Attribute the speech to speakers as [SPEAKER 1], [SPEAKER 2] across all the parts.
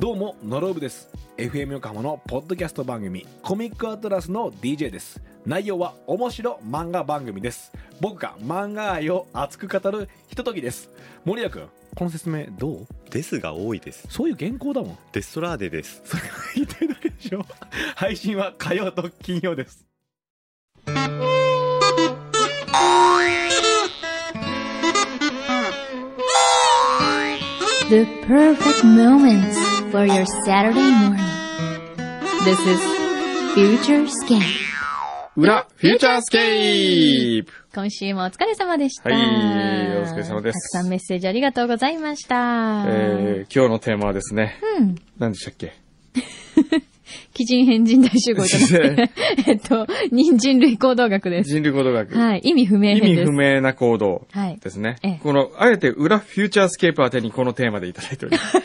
[SPEAKER 1] どうもノロブです FM 横浜のポッドキャスト番組コミックアトラスの DJ です内容は面白漫画番組です僕が漫画愛を熱く語るひとときです森谷君この説明どう
[SPEAKER 2] ですが多いです。
[SPEAKER 1] そういう原稿だもん
[SPEAKER 2] デストラーデです。
[SPEAKER 1] それが言ってるだけでしょ配信は火曜と金曜です
[SPEAKER 3] The perfect moments for your Saturday morning. This is Future Scan.
[SPEAKER 4] 裏、フューチャースケープ
[SPEAKER 3] 今週もお疲れ様でした。
[SPEAKER 4] はいお疲れ様です
[SPEAKER 3] たくさんメッセージありがとうございました。
[SPEAKER 4] えー、今日のテーマはですね、
[SPEAKER 3] うん。
[SPEAKER 4] 何でしたっけ
[SPEAKER 3] 基人変人大集合じゃ なくて、えっと、人参類行動学です。
[SPEAKER 4] 人類語学。
[SPEAKER 3] はい。意味不明
[SPEAKER 4] 意
[SPEAKER 3] 編
[SPEAKER 4] 味
[SPEAKER 3] です。
[SPEAKER 4] 不明な行動
[SPEAKER 3] はい
[SPEAKER 4] ですね。
[SPEAKER 3] ええ
[SPEAKER 4] この、あえて裏フューチャースケープ宛てにこのテーマでいただいております。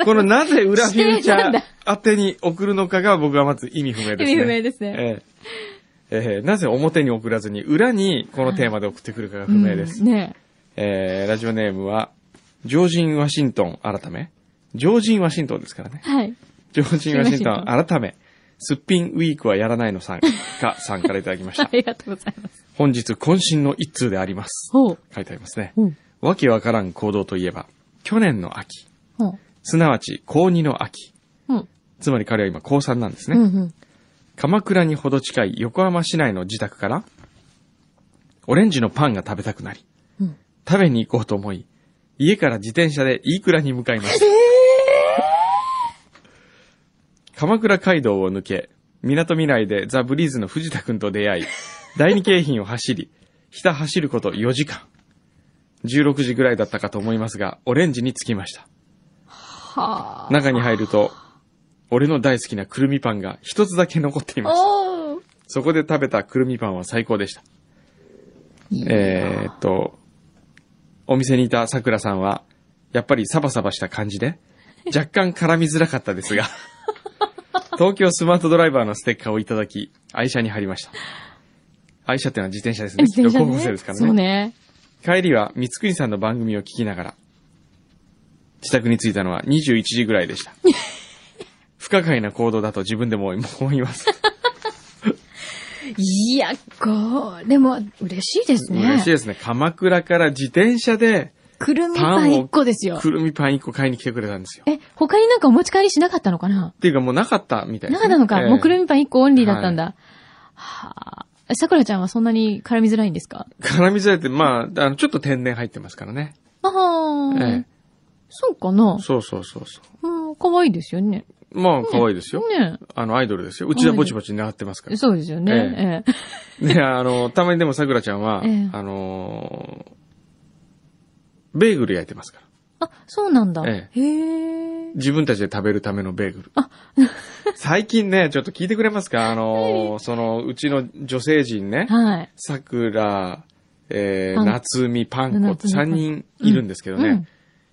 [SPEAKER 4] このなぜ裏フューチャー宛てに送るのかが僕はまず意味不明ですね。
[SPEAKER 3] 意味不明ですね。
[SPEAKER 4] ええええなぜ表に送らずに裏にこのテーマで送ってくるかが不明です。
[SPEAKER 3] うんね
[SPEAKER 4] えー、ラジオネームは、ジョージン・ワシントン改め。ジョージン・ワシントンですからね。
[SPEAKER 3] はい。
[SPEAKER 4] ジョージン・ワシントン、改め、すっぴんウィークはやらないのさんか、さんからいただきまし
[SPEAKER 3] あ
[SPEAKER 4] た。
[SPEAKER 3] りがとうございます。
[SPEAKER 4] 本日、渾身の一通であります。
[SPEAKER 3] ほう。
[SPEAKER 4] 書いてありますね。
[SPEAKER 3] ほう。
[SPEAKER 4] わけわからん行動といえば、去年の秋、
[SPEAKER 3] ほう。
[SPEAKER 4] すなわち高2の秋、
[SPEAKER 3] うん。
[SPEAKER 4] つまり彼は今高3なんですね。
[SPEAKER 3] うんうん。
[SPEAKER 4] 鎌倉にほど近い横浜市内の自宅から、オレンジのパンが食べたくなり、
[SPEAKER 3] うん
[SPEAKER 4] 食べに行こうと思い、家から自転車で飯倉に向かいました。鎌倉街道を抜け、港未来でザ・ブリーズの藤田くんと出会い、第二京浜を走り、ひた走ること4時間。16時ぐらいだったかと思いますが、オレンジに着きました。
[SPEAKER 3] はあ。
[SPEAKER 4] 中に入ると、俺の大好きなくるみパンが一つだけ残っていました。
[SPEAKER 3] おー。
[SPEAKER 4] そこで食べたくるみパンは最高でした。
[SPEAKER 3] いいな
[SPEAKER 4] えーっと、お店にいた桜さんは、やっぱりサバサバした感じで、若干絡みづらかったですが、 東京スマートドライバーのステッカーをいただき、愛車に貼りました。愛車ってのは自転車ですね。
[SPEAKER 3] 自転車
[SPEAKER 4] 高
[SPEAKER 3] ね
[SPEAKER 4] 校生ですから
[SPEAKER 3] そうね。
[SPEAKER 4] 帰りは三國さんの番組を聞きながら、自宅に着いたのは21時ぐらい でした。不可解な行動だと自分でも思います。
[SPEAKER 3] いや、こう、でも、嬉しいですね。
[SPEAKER 4] 嬉しいですね。鎌倉から自転車で、
[SPEAKER 3] くるみパン1個ですよ
[SPEAKER 4] く。るみパン1個買いに来てくれたんですよ。っ
[SPEAKER 3] え、他になんかお持ち帰りしなかったのかな
[SPEAKER 4] ていうかもうなかったみたい
[SPEAKER 3] な
[SPEAKER 4] な、
[SPEAKER 3] かったのか、もうくる
[SPEAKER 4] み。
[SPEAKER 3] みパン1個オンリーだったんだ。はあ。さくらちゃんはそんなに絡みづらいんですか
[SPEAKER 4] 絡みづれて、まあ、あの、ちょっと天然入ってますからね。
[SPEAKER 3] あはー、
[SPEAKER 4] ええ
[SPEAKER 3] そうかな
[SPEAKER 4] そうそうそうそ
[SPEAKER 3] うん、可愛いですよね。
[SPEAKER 4] う。まあ、可愛いですよ。
[SPEAKER 3] ね
[SPEAKER 4] あの、アイドルですよ。うちはぼちぼち狙ってますから。
[SPEAKER 3] そうですよね。ええ
[SPEAKER 4] で、あの、たまにでも桜ちゃんは、
[SPEAKER 3] ええ
[SPEAKER 4] あのーベーグル焼いてますから。
[SPEAKER 3] あ、そうなんだ。
[SPEAKER 4] え
[SPEAKER 3] へえ。
[SPEAKER 4] 自分たちで食べるためのベーグル。最近ね、ちょっと聞いてくれますかあのーその、うちの女性陣ね、
[SPEAKER 3] はい。
[SPEAKER 4] 桜、え
[SPEAKER 3] パ
[SPEAKER 4] ー、
[SPEAKER 3] ン
[SPEAKER 4] 夏美、パンコっ
[SPEAKER 3] 夏
[SPEAKER 4] て
[SPEAKER 3] 美パ
[SPEAKER 4] 3
[SPEAKER 3] ン
[SPEAKER 4] 人いるんですけどね、
[SPEAKER 3] うん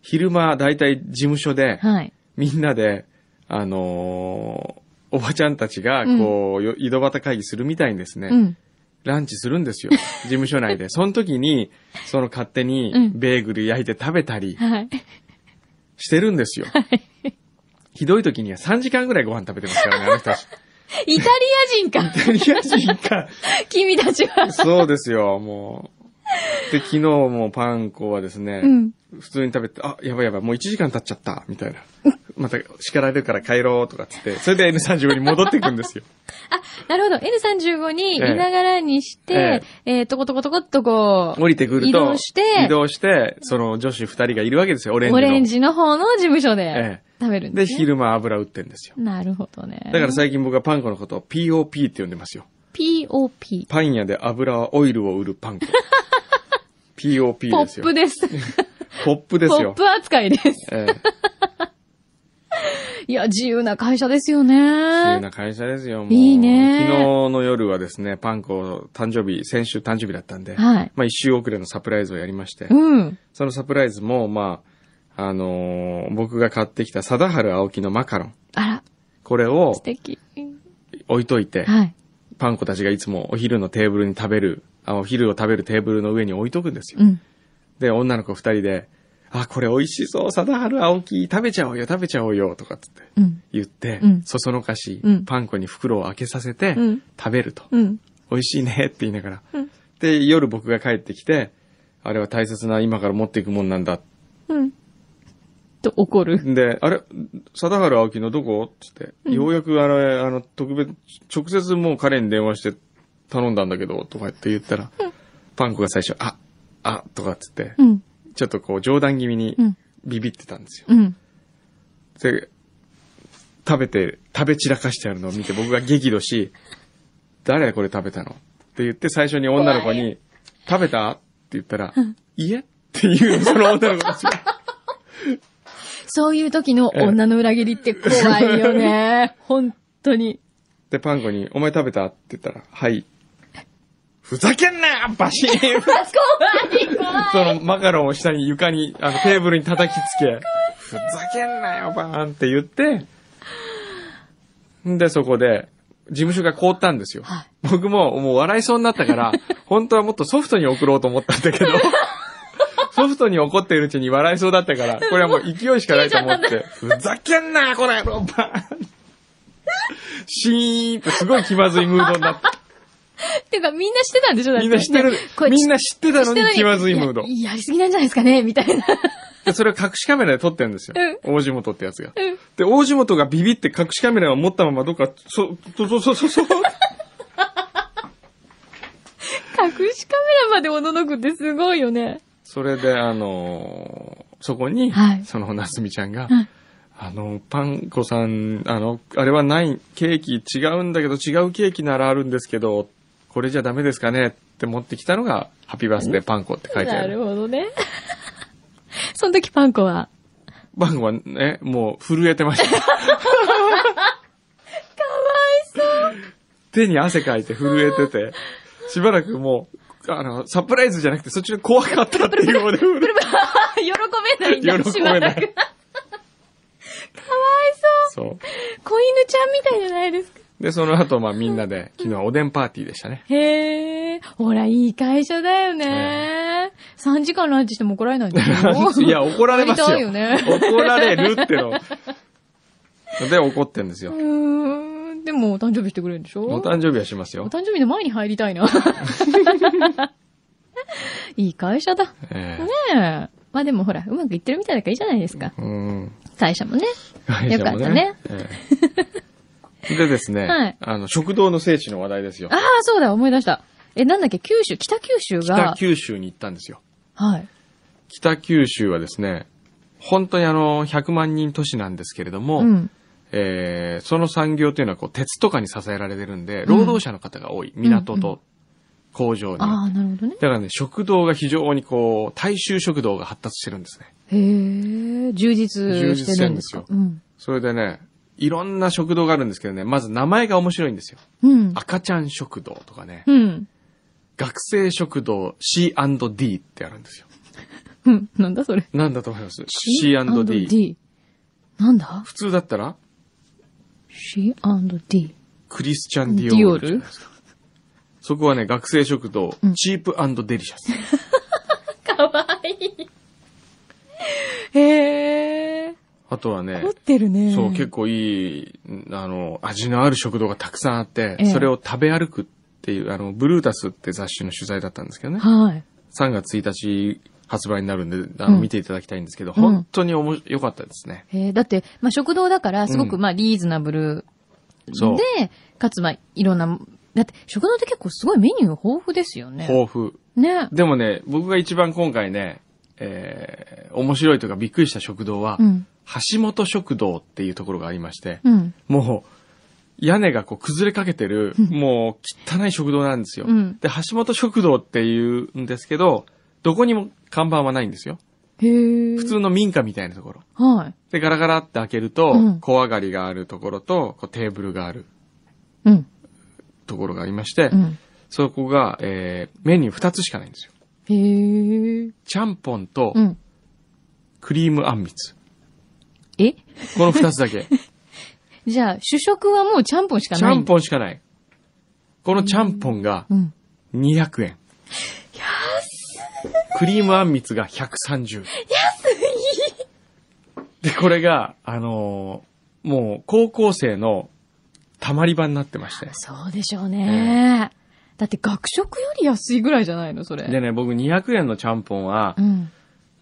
[SPEAKER 4] 昼間、だいたい事務所で、
[SPEAKER 3] はい。
[SPEAKER 4] みんなで、あのーおばちゃんたちが、こう、よ井戸端会議するみたいにですね、
[SPEAKER 3] うん。
[SPEAKER 4] ランチする んですよ。事務所内で。その時に、その勝手
[SPEAKER 3] う
[SPEAKER 4] に
[SPEAKER 3] ん
[SPEAKER 4] ベーグル焼いて食べたり
[SPEAKER 3] はい。
[SPEAKER 4] してるんですよ。ひどい時には3時間ぐらいご飯食べてますからね、あの 人たち。
[SPEAKER 3] イタリア人か
[SPEAKER 4] イタリア人か。
[SPEAKER 3] 君たちは。
[SPEAKER 4] そうですよ、もう。で、昨日もパン粉はですね、
[SPEAKER 3] うん
[SPEAKER 4] 普通に食べて、あ、やばいやばい、もう1時間経っちゃった、みたいな。また叱られるから帰ろうとかっつって、それで N35 に戻っていくんですよ。
[SPEAKER 3] なるほど。N35 にいながらにして、えーとことことこっとこう、
[SPEAKER 4] 降りてくると、
[SPEAKER 3] 移動して
[SPEAKER 4] 移動してその女子2人がいるわけですよ、オレンジの。
[SPEAKER 3] オレンジの方の事務所で
[SPEAKER 4] え
[SPEAKER 3] 食べるん
[SPEAKER 4] で、
[SPEAKER 3] です、ね
[SPEAKER 4] 昼間油売ってんですよ。
[SPEAKER 3] なるほどね。
[SPEAKER 4] だから最近僕はパン粉のことを POP って呼んでますよ。
[SPEAKER 3] POP。
[SPEAKER 4] パン屋で油はオイルを売るパン 粉。POP
[SPEAKER 3] ポ
[SPEAKER 4] です
[SPEAKER 3] ッ
[SPEAKER 4] よ。
[SPEAKER 3] プです。
[SPEAKER 4] ポップで
[SPEAKER 3] ポ
[SPEAKER 4] す
[SPEAKER 3] ッ
[SPEAKER 4] よ。
[SPEAKER 3] プ扱いです。
[SPEAKER 4] ええ
[SPEAKER 3] いや、自由な会社ですよ
[SPEAKER 4] 自由
[SPEAKER 3] ね。
[SPEAKER 4] な会社です よ、もう。
[SPEAKER 3] いいね
[SPEAKER 4] 昨日の夜はですね、パンコ誕生日、先週誕生日だったんで、
[SPEAKER 3] はい
[SPEAKER 4] まあ一周遅れのサプライズをやりまして、
[SPEAKER 3] うん。
[SPEAKER 4] そのサプライズも、まあ、あのー僕が買ってきた貞治青木のマカロン、
[SPEAKER 3] あら、
[SPEAKER 4] これを
[SPEAKER 3] 素敵。
[SPEAKER 4] 置いといて、
[SPEAKER 3] はい。
[SPEAKER 4] パンコたちがいつもお昼のテーブルに食べる、あお昼を食べるテーブルの上に置いとくんですよ。
[SPEAKER 3] うん。
[SPEAKER 4] で、女の子二人で、あ、これ美味しそう、貞治青木、食べちゃおうよ、食べちゃおうよ、とかっつって
[SPEAKER 3] うん。
[SPEAKER 4] 言って、
[SPEAKER 3] うん
[SPEAKER 4] そそのかし、
[SPEAKER 3] うん
[SPEAKER 4] パン粉に袋を開けさせて、
[SPEAKER 3] うん
[SPEAKER 4] 食べると。
[SPEAKER 3] うん。
[SPEAKER 4] 美味しいねって言いながら。
[SPEAKER 3] うん
[SPEAKER 4] で、夜僕が帰ってきて、あれは大切な今から持っていくもんなんだ。
[SPEAKER 3] うん。と怒る。
[SPEAKER 4] で、あれ、貞治青木のどこつって、ようやくあれ、あの、特別、直接もう彼に電話して頼んだんだけど、とかって言ったら、パン粉が最初、あ、あ、とかっつって、
[SPEAKER 3] うん。
[SPEAKER 4] ちょっとこう冗談気味に
[SPEAKER 3] うん
[SPEAKER 4] ビビってたんですよ。
[SPEAKER 3] うん。
[SPEAKER 4] で、食べて、食べ散らかしてあるのを見て僕が激怒し、誰これ食べたのって言って最初に女の子に、食べたって言ったら、いえっていうその女の子たちが。
[SPEAKER 3] そういう時の女の裏切りって怖いよ ね。本当に。
[SPEAKER 4] で、パン粉に、お前食べたって言ったら、はい。ふざけんなバシ ーンそのマカロンを下に床に、あのテーブルに叩きつけ、ふざけんなよ、バーンって言って、んで、そこで、事務所が凍ったんですよ。
[SPEAKER 3] は
[SPEAKER 4] 僕も、もう笑いそうになった から、本当はもっとソフトに送ろうと思ったんだけど、 ソフトに怒っているうちに笑いそうだったから、これはもう勢いしかないと思って、ふざけんなこの野郎、バーンシーンってすごい気まずいムードになって、
[SPEAKER 3] てか、みんな知ってたんでしょだ
[SPEAKER 4] みんな知ってる
[SPEAKER 3] ねこれ、
[SPEAKER 4] みんな知ってたの
[SPEAKER 3] 知ってたの
[SPEAKER 4] に
[SPEAKER 3] に
[SPEAKER 4] 気まずいムード。
[SPEAKER 3] ややりすぎなんじゃないですかねみたいな。
[SPEAKER 4] で、それを隠しカメラで撮ってるんですよ。大地元ってやつが。で、大地元がビビって隠しカメラを持ったままどっか、そ、そ、そ、そ、そ、そ、
[SPEAKER 3] 隠しカメラまでおののくってすごいよね。
[SPEAKER 4] それで、あのーそこに、
[SPEAKER 3] はい
[SPEAKER 4] その、夏美ちゃんが、
[SPEAKER 3] はい
[SPEAKER 4] あの、パン粉さん、あの、あれはない、ケーキ違うんだけど、違うケーキならあるんですけど、これじゃダメですかねって持ってきたのが、ハッピーバースデーパン粉って書いてあ
[SPEAKER 3] なる
[SPEAKER 4] る。
[SPEAKER 3] ほどね。その時パン粉は、
[SPEAKER 4] パン粉はね、もう震えてました。かわいそう。手に汗かいて震えてて、しばらくもう、あの、サプライズじゃなくて、そっちが怖かったっていうので震えて
[SPEAKER 3] 喜べないんだ、
[SPEAKER 4] 喜
[SPEAKER 3] し
[SPEAKER 4] べ
[SPEAKER 3] ば
[SPEAKER 4] ない
[SPEAKER 3] らく。かわい
[SPEAKER 4] そう。
[SPEAKER 3] そう。子犬ちゃんみたいじゃないですか。
[SPEAKER 4] で、その後、まあみんなで、昨日はおでんパーティーでしたね。
[SPEAKER 3] へえ、ほら、いい会社だよね。3時間ランチしても怒られないんだ
[SPEAKER 4] いや、怒られますよ。
[SPEAKER 3] 怒りたいよね
[SPEAKER 4] 怒られるっての。で、怒ってんです
[SPEAKER 3] う
[SPEAKER 4] よ。
[SPEAKER 3] ーん。でも、お誕生日してくれるんでしょ
[SPEAKER 4] お誕生日はしますよ
[SPEAKER 3] お。誕生日の前に入りたい な。いい会社だ。ね
[SPEAKER 4] ええ
[SPEAKER 3] え。まあでもほら、うまくいってるみたいだからいいじゃないですか。
[SPEAKER 4] うん。
[SPEAKER 3] 会社もね。
[SPEAKER 4] 会社も
[SPEAKER 3] よかった ね。
[SPEAKER 4] ええでですね、
[SPEAKER 3] はい
[SPEAKER 4] あの、食堂の聖地の話題ですよ
[SPEAKER 3] あ。あ、そうだ、思い出した。え、なんだっけ、九州、北九州
[SPEAKER 4] 北
[SPEAKER 3] が。
[SPEAKER 4] 九州に行ったんですよ。
[SPEAKER 3] はい。
[SPEAKER 4] 北九州はですね、本当にあの、100万人都市なんですけれども、
[SPEAKER 3] うん。
[SPEAKER 4] えーその産業というのはこう、鉄とかに支えられてるんで、労働者の方が多い。港と工場に。
[SPEAKER 3] ああ、なるほどね。
[SPEAKER 4] だからね、食堂が非常にこう、大衆食堂が発達してるんですね。
[SPEAKER 3] へえ、充実してるんですか
[SPEAKER 4] 充実してるんですよ。
[SPEAKER 3] うん。
[SPEAKER 4] それでね、いろんな食堂があるんですけどね、まず名前が面白いんですよ。
[SPEAKER 3] うん。
[SPEAKER 4] 赤ちゃん食堂とかね、
[SPEAKER 3] うん。
[SPEAKER 4] 学生食堂 C&D ってあるんですよ。
[SPEAKER 3] うん。なんだそれ。
[SPEAKER 4] なんだと思います ?C&D。。
[SPEAKER 3] なんだ
[SPEAKER 4] 普通だったら、
[SPEAKER 3] ?C&D。
[SPEAKER 4] クリスチャン・ディオール
[SPEAKER 3] ディオール
[SPEAKER 4] じゃないですか。そこはね、学生食堂、
[SPEAKER 3] うん
[SPEAKER 4] チープデリシャス。
[SPEAKER 3] かわいい。へえ。
[SPEAKER 4] あとはね
[SPEAKER 3] 凝、ってるね。
[SPEAKER 4] そう、結構いい、あの、味のある食堂がたくさんあって、
[SPEAKER 3] ええ
[SPEAKER 4] それを食べ歩くっていう、あの、ブルータスって雑誌の取材だったんですけどね。
[SPEAKER 3] はい。
[SPEAKER 4] 3月1日発売になるんで、あの、
[SPEAKER 3] うん
[SPEAKER 4] 見ていただきたいんですけど、
[SPEAKER 3] うん
[SPEAKER 4] 本当におもし良かったですね。
[SPEAKER 3] えーだって、まあ、食堂だから、すご
[SPEAKER 4] う
[SPEAKER 3] く、
[SPEAKER 4] ん
[SPEAKER 3] まあ、リーズナブル
[SPEAKER 4] そう
[SPEAKER 3] で、かつ、まあ、いろんな、だって、食堂って結構すごいメニュー豊富ですよね。
[SPEAKER 4] 豊富。
[SPEAKER 3] ね。
[SPEAKER 4] でもね、僕が一番今回ね、えー、面白いというかびっくりした食堂は、
[SPEAKER 3] うん。
[SPEAKER 4] 橋本食堂っていうところがありまして、
[SPEAKER 3] うん。
[SPEAKER 4] もう、屋根がこう崩れかけてる、もう汚い食堂なんですよ。
[SPEAKER 3] うん
[SPEAKER 4] で、橋本食堂っていうんですけど、どこにも看板はないんですよ。
[SPEAKER 3] へえ。
[SPEAKER 4] 普。通の民家みたいなところ。
[SPEAKER 3] はい。
[SPEAKER 4] で、ガラガラって開けると、
[SPEAKER 3] うん
[SPEAKER 4] 小上がりがあるところと、こうテーブルがある
[SPEAKER 3] うん。
[SPEAKER 4] ところがありまして、
[SPEAKER 3] うん。
[SPEAKER 4] そこが、えー、メニュー2つしかないんですよ。
[SPEAKER 3] へえ。
[SPEAKER 4] ちゃんぽんと
[SPEAKER 3] うん。
[SPEAKER 4] クリームあんみつ。
[SPEAKER 3] え
[SPEAKER 4] この2つ だけ。
[SPEAKER 3] じゃあ、主食はもうちゃんぽんしか
[SPEAKER 4] ち
[SPEAKER 3] な
[SPEAKER 4] ゃ
[SPEAKER 3] い。
[SPEAKER 4] ん
[SPEAKER 3] ん。
[SPEAKER 4] ぽんしかない。このちゃんぽんが
[SPEAKER 3] うん。
[SPEAKER 4] 200円。クリームあんみつが130円。で、これが、あのーもう、高校生のたまり場になってまして。
[SPEAKER 3] そうでしょうね。だって学食より安いぐらいじゃないのそれ。
[SPEAKER 4] でね、僕200円のちゃんぽんは
[SPEAKER 3] う、ん。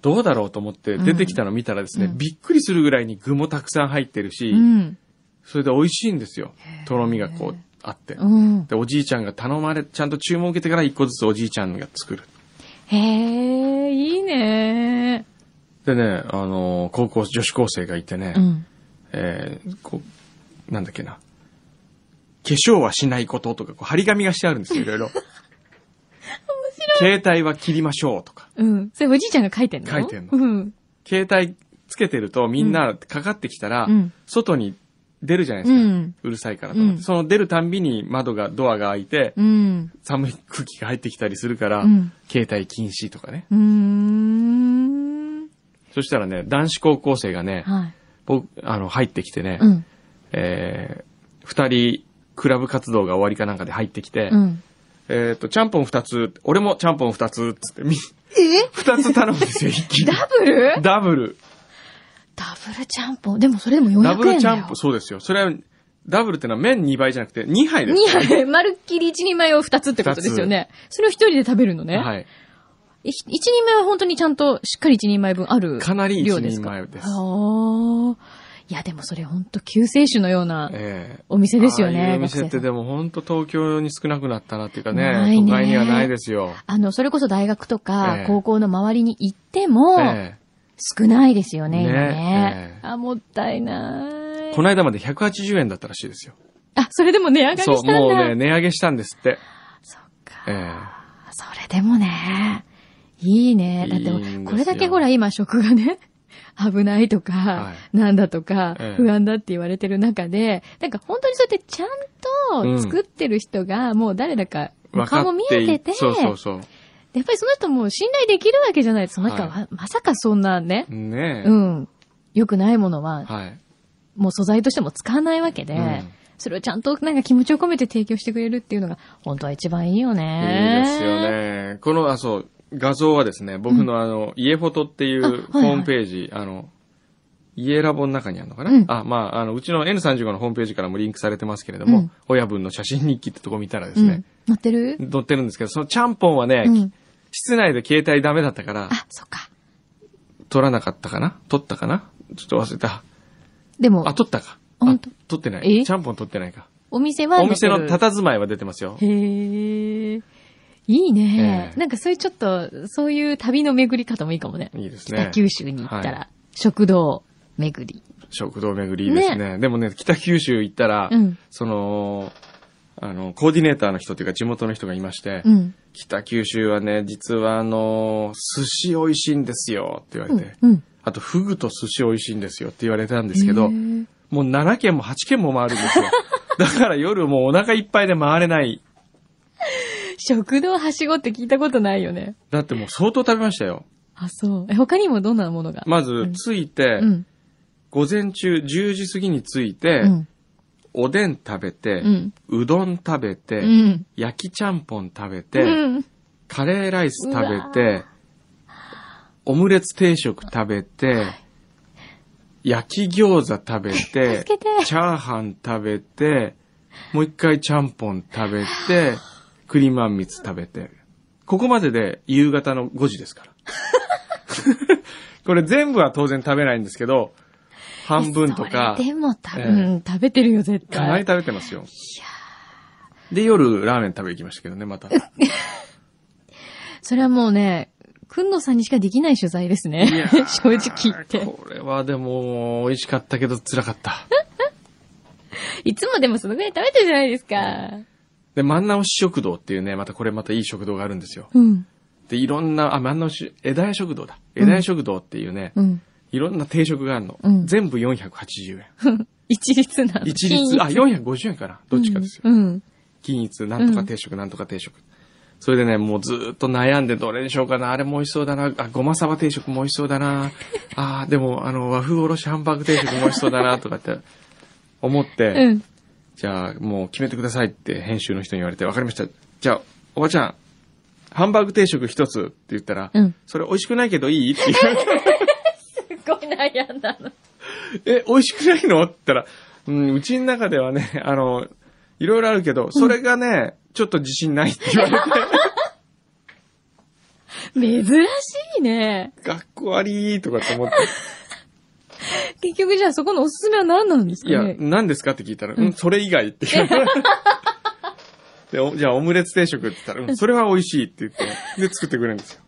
[SPEAKER 4] どうだろうと思って出てきたの見たらですね、
[SPEAKER 3] うん
[SPEAKER 4] びっくりするぐらいに具もたくさん入ってるし、
[SPEAKER 3] うん。
[SPEAKER 4] それで美味しいんですよ
[SPEAKER 3] へー。
[SPEAKER 4] とろみがこう、あって。
[SPEAKER 3] うん。
[SPEAKER 4] で、おじいちゃんが頼まれ、ちゃんと注文を受けてから一個ずつおじいちゃんが作る。
[SPEAKER 3] へえ、いいね。
[SPEAKER 4] でね、あのー高校、女子高生がいてね、
[SPEAKER 3] うん。
[SPEAKER 4] えーこう、なんだっけな。化粧はしないこととか、こう、張り紙がしてあるんですよ、いろ いろ。面白い。携帯は切りましょうとか。
[SPEAKER 3] うん。それおじいちゃんが書いてんの
[SPEAKER 4] 書いてんの
[SPEAKER 3] うん。
[SPEAKER 4] 携帯つけてるとみんなかかってきたら、
[SPEAKER 3] うん
[SPEAKER 4] 外に出るじゃないですか。
[SPEAKER 3] う
[SPEAKER 4] うんるさいからと思って、
[SPEAKER 3] うん
[SPEAKER 4] その出るたんびに窓が、ドアが開いて、
[SPEAKER 3] うん。
[SPEAKER 4] 寒い空気が入ってきたりするから、
[SPEAKER 3] うん
[SPEAKER 4] 携帯禁止とかね。
[SPEAKER 3] うーん。
[SPEAKER 4] そしたらね、男子高校生がね、
[SPEAKER 3] はい。
[SPEAKER 4] 僕、あの、入ってきてね、
[SPEAKER 3] うん。
[SPEAKER 4] えー二人、クラブ活動が終わりかなんかで入ってきて、
[SPEAKER 3] うん。
[SPEAKER 4] えっ、と、ちゃんぽん二つ、俺もちゃんぽん二つ、つってみ、 二つ頼むんですよ、一気 に。
[SPEAKER 3] ダブル
[SPEAKER 4] ダブル。
[SPEAKER 3] ダブルちゃんぽん。でもそれでも400円だ
[SPEAKER 4] ダ
[SPEAKER 3] よ。
[SPEAKER 4] ブルちゃんぽん、そうですよ。それは、ダブルってのは麺2倍じゃなくて、2杯です。
[SPEAKER 3] にあれ、まるっきり一人前を二つってことですよね。それを一人で食べるのね。
[SPEAKER 4] はい。
[SPEAKER 3] い一人前は本当にちゃんとしっかり一人前分ある
[SPEAKER 4] かなり一
[SPEAKER 3] 量です
[SPEAKER 4] 人
[SPEAKER 3] か。
[SPEAKER 4] 前です。
[SPEAKER 3] はあいや、でもそれ本当救世主のような
[SPEAKER 4] ええ
[SPEAKER 3] お店ですよ
[SPEAKER 4] ああい
[SPEAKER 3] ね、
[SPEAKER 4] うお店っ
[SPEAKER 3] 学生さん
[SPEAKER 4] てでも本当東京に少なくなったなっていうかね、
[SPEAKER 3] ないね
[SPEAKER 4] 都会にはないですよ。
[SPEAKER 3] あの、それこそ大学と
[SPEAKER 4] え
[SPEAKER 3] か
[SPEAKER 4] え
[SPEAKER 3] 高校の周りに行っても、
[SPEAKER 4] え
[SPEAKER 3] 少ないですよね、
[SPEAKER 4] ね
[SPEAKER 3] 今ね。
[SPEAKER 4] ええ
[SPEAKER 3] あ、もったいない
[SPEAKER 4] え。この間まで180円だったらしいですよ。
[SPEAKER 3] あ、それでも値上がりした
[SPEAKER 4] そ
[SPEAKER 3] ん
[SPEAKER 4] う、
[SPEAKER 3] だ。
[SPEAKER 4] もうね、値上げしたんですって。
[SPEAKER 3] そっか。
[SPEAKER 4] ええ
[SPEAKER 3] それでもね、いいね。だっ
[SPEAKER 4] いいんで
[SPEAKER 3] て
[SPEAKER 4] す、よ
[SPEAKER 3] これだけほら今食がね、 危ないとか、
[SPEAKER 4] は
[SPEAKER 3] なんだとか、
[SPEAKER 4] ええ
[SPEAKER 3] 不安だって言われてる中で、なんか本当にそうやってちゃん
[SPEAKER 4] う
[SPEAKER 3] と
[SPEAKER 4] ん
[SPEAKER 3] 作ってる人が、もう誰だか、
[SPEAKER 4] 分か
[SPEAKER 3] 顔も
[SPEAKER 4] っ
[SPEAKER 3] 見えてて、
[SPEAKER 4] そうそうそう。
[SPEAKER 3] でやっぱりその人も信頼できるわけじゃないです。その人は、
[SPEAKER 4] は
[SPEAKER 3] まさかそんなね、
[SPEAKER 4] ねえ。
[SPEAKER 3] うん、良くないものは、
[SPEAKER 4] はい。
[SPEAKER 3] もう素材としても使わないわけで、
[SPEAKER 4] うん
[SPEAKER 3] それをちゃんとなんか気持ちを込めて提供してくれるっていうのが、本当は一番いいよね。
[SPEAKER 4] いいですよ。ね。この、あ、そう、画像はですね、僕のあの、家フォトっていう
[SPEAKER 3] あ
[SPEAKER 4] ホ
[SPEAKER 3] はいはい
[SPEAKER 4] ームページ、あの、家ラボの中にあるのかな、
[SPEAKER 3] うん
[SPEAKER 4] あ、まあ、あの、うちの N35 のホームページからもリンクされてますけれども、
[SPEAKER 3] うん
[SPEAKER 4] 親分の写真日記ってとこ見たらですね、
[SPEAKER 3] うん、乗ってる
[SPEAKER 4] 載ってるんですけど、そのちゃんぽんはね、
[SPEAKER 3] うん。
[SPEAKER 4] 室内で携帯ダメだったから、
[SPEAKER 3] あ、そっか。
[SPEAKER 4] 撮らなかったかな撮ったかなちょっと忘れた。
[SPEAKER 3] でも
[SPEAKER 4] あ、、撮ったか。
[SPEAKER 3] ほん
[SPEAKER 4] あ
[SPEAKER 3] と、
[SPEAKER 4] 撮ってな
[SPEAKER 3] え
[SPEAKER 4] い。ちゃんぽん撮ってないか。
[SPEAKER 3] お店は
[SPEAKER 4] お店の
[SPEAKER 3] た
[SPEAKER 4] 佇まいは出てますよ。
[SPEAKER 3] へー。いいね、
[SPEAKER 4] ええ
[SPEAKER 3] なんかそういうちょっと、そういう旅の巡り方もいいかもね。
[SPEAKER 4] いいですね
[SPEAKER 3] 北。九州に行ったら、
[SPEAKER 4] は
[SPEAKER 3] 食堂巡り。
[SPEAKER 4] 食堂巡りいいですね。でもね、北九州行ったら、
[SPEAKER 3] うん
[SPEAKER 4] その、あの、コーディネーターの人というか地元の人がいまして、
[SPEAKER 3] うん。
[SPEAKER 4] 北九州はね、実はあの、寿司美味しいんですよって言わ
[SPEAKER 3] う
[SPEAKER 4] れて、
[SPEAKER 3] ん。うん。
[SPEAKER 4] あとフグと寿司美味しいんですよって言われたんですけ
[SPEAKER 3] へ
[SPEAKER 4] ど、
[SPEAKER 3] ー
[SPEAKER 4] もう7軒も8軒も回るんで すよ。だから夜もうお腹いっぱいで回れない。
[SPEAKER 3] 食堂はしごって聞いたことないよね。
[SPEAKER 4] だってもう相当食べましたよ。
[SPEAKER 3] あ、そう。え、他にもどんなものが
[SPEAKER 4] ま
[SPEAKER 3] う
[SPEAKER 4] ず
[SPEAKER 3] ん
[SPEAKER 4] 着いて、
[SPEAKER 3] うん。
[SPEAKER 4] 午前中10時過ぎに着いて、
[SPEAKER 3] うん。
[SPEAKER 4] おでん食べて、
[SPEAKER 3] うん
[SPEAKER 4] うどん食べて、
[SPEAKER 3] うん。
[SPEAKER 4] 焼きちゃんぽん食べて、
[SPEAKER 3] うん。
[SPEAKER 4] カレーライス食
[SPEAKER 3] う
[SPEAKER 4] べ
[SPEAKER 3] わ
[SPEAKER 4] て、オムレツ定食食べて、焼き餃子食べて
[SPEAKER 3] 助けて、
[SPEAKER 4] チャーハン食べて、もう一回ちゃんぽん食べて、栗まんみつ食べて。ここまでで夕方の5時で すから。これ全部は当然食べないんですけど、半分とか
[SPEAKER 3] それ、でも食べ、
[SPEAKER 4] ええ
[SPEAKER 3] うん、食べてるよ、絶対。
[SPEAKER 4] かなり食べてますよ。で、夜ラーメン食べ行きましたけどね、また。い
[SPEAKER 3] それはもうね、くんのさんにしかできない取材ですね
[SPEAKER 4] や。ー
[SPEAKER 3] 正直言って。
[SPEAKER 4] これはでも、美味しかったけど辛かった。
[SPEAKER 3] いつもでもそのぐらい食べてるじゃないですか。
[SPEAKER 4] で、万直し食堂っていうね、またこれまたいい食堂があるんですよ。
[SPEAKER 3] うん。
[SPEAKER 4] で、いろんな、あ、万直し、枝屋食堂だ。枝屋食堂っていうね、
[SPEAKER 3] うん。
[SPEAKER 4] いろんな定食があるの。
[SPEAKER 3] うん
[SPEAKER 4] 全部480円。
[SPEAKER 3] 一律なの。
[SPEAKER 4] 一律、あ、450円かな。どっちかですよ。
[SPEAKER 3] うん。うん
[SPEAKER 4] 均一、なんとか定食、なんとか定食。それでね、もうずーっと悩んでどれにしようかな、あれも美味しそうだな、あ、ごまさば定食も美味しそうだな、あー、でも、あの、和風おろしハンバーグ定食も美味しそうだな、とかって思って、
[SPEAKER 3] うん。
[SPEAKER 4] じゃあ、もう決めてくださいって編集の人に言われて、わかりました。じゃあ、おばちゃん、ハンバーグ定食一つって言ったら、
[SPEAKER 3] うん
[SPEAKER 4] それ美味しくないけどいいって言われて、
[SPEAKER 3] すごい悩んだの。
[SPEAKER 4] え、美味しくないのって言ったら、うん、うちの中ではね、あの、いろいろあるけど、それがね、ちょっと自信ないって言われて、
[SPEAKER 3] 珍しいね。
[SPEAKER 4] 学校ありーとかって思って、
[SPEAKER 3] 結局じゃあそこのおすすめは何なんですか
[SPEAKER 4] いや、
[SPEAKER 3] ね
[SPEAKER 4] 何ですかって聞いたら、うん、それ以外って言われてでおじゃあ、オムレツ定食って言ったら、うん、それは美味しいって言って、で、作ってくれるんですよ。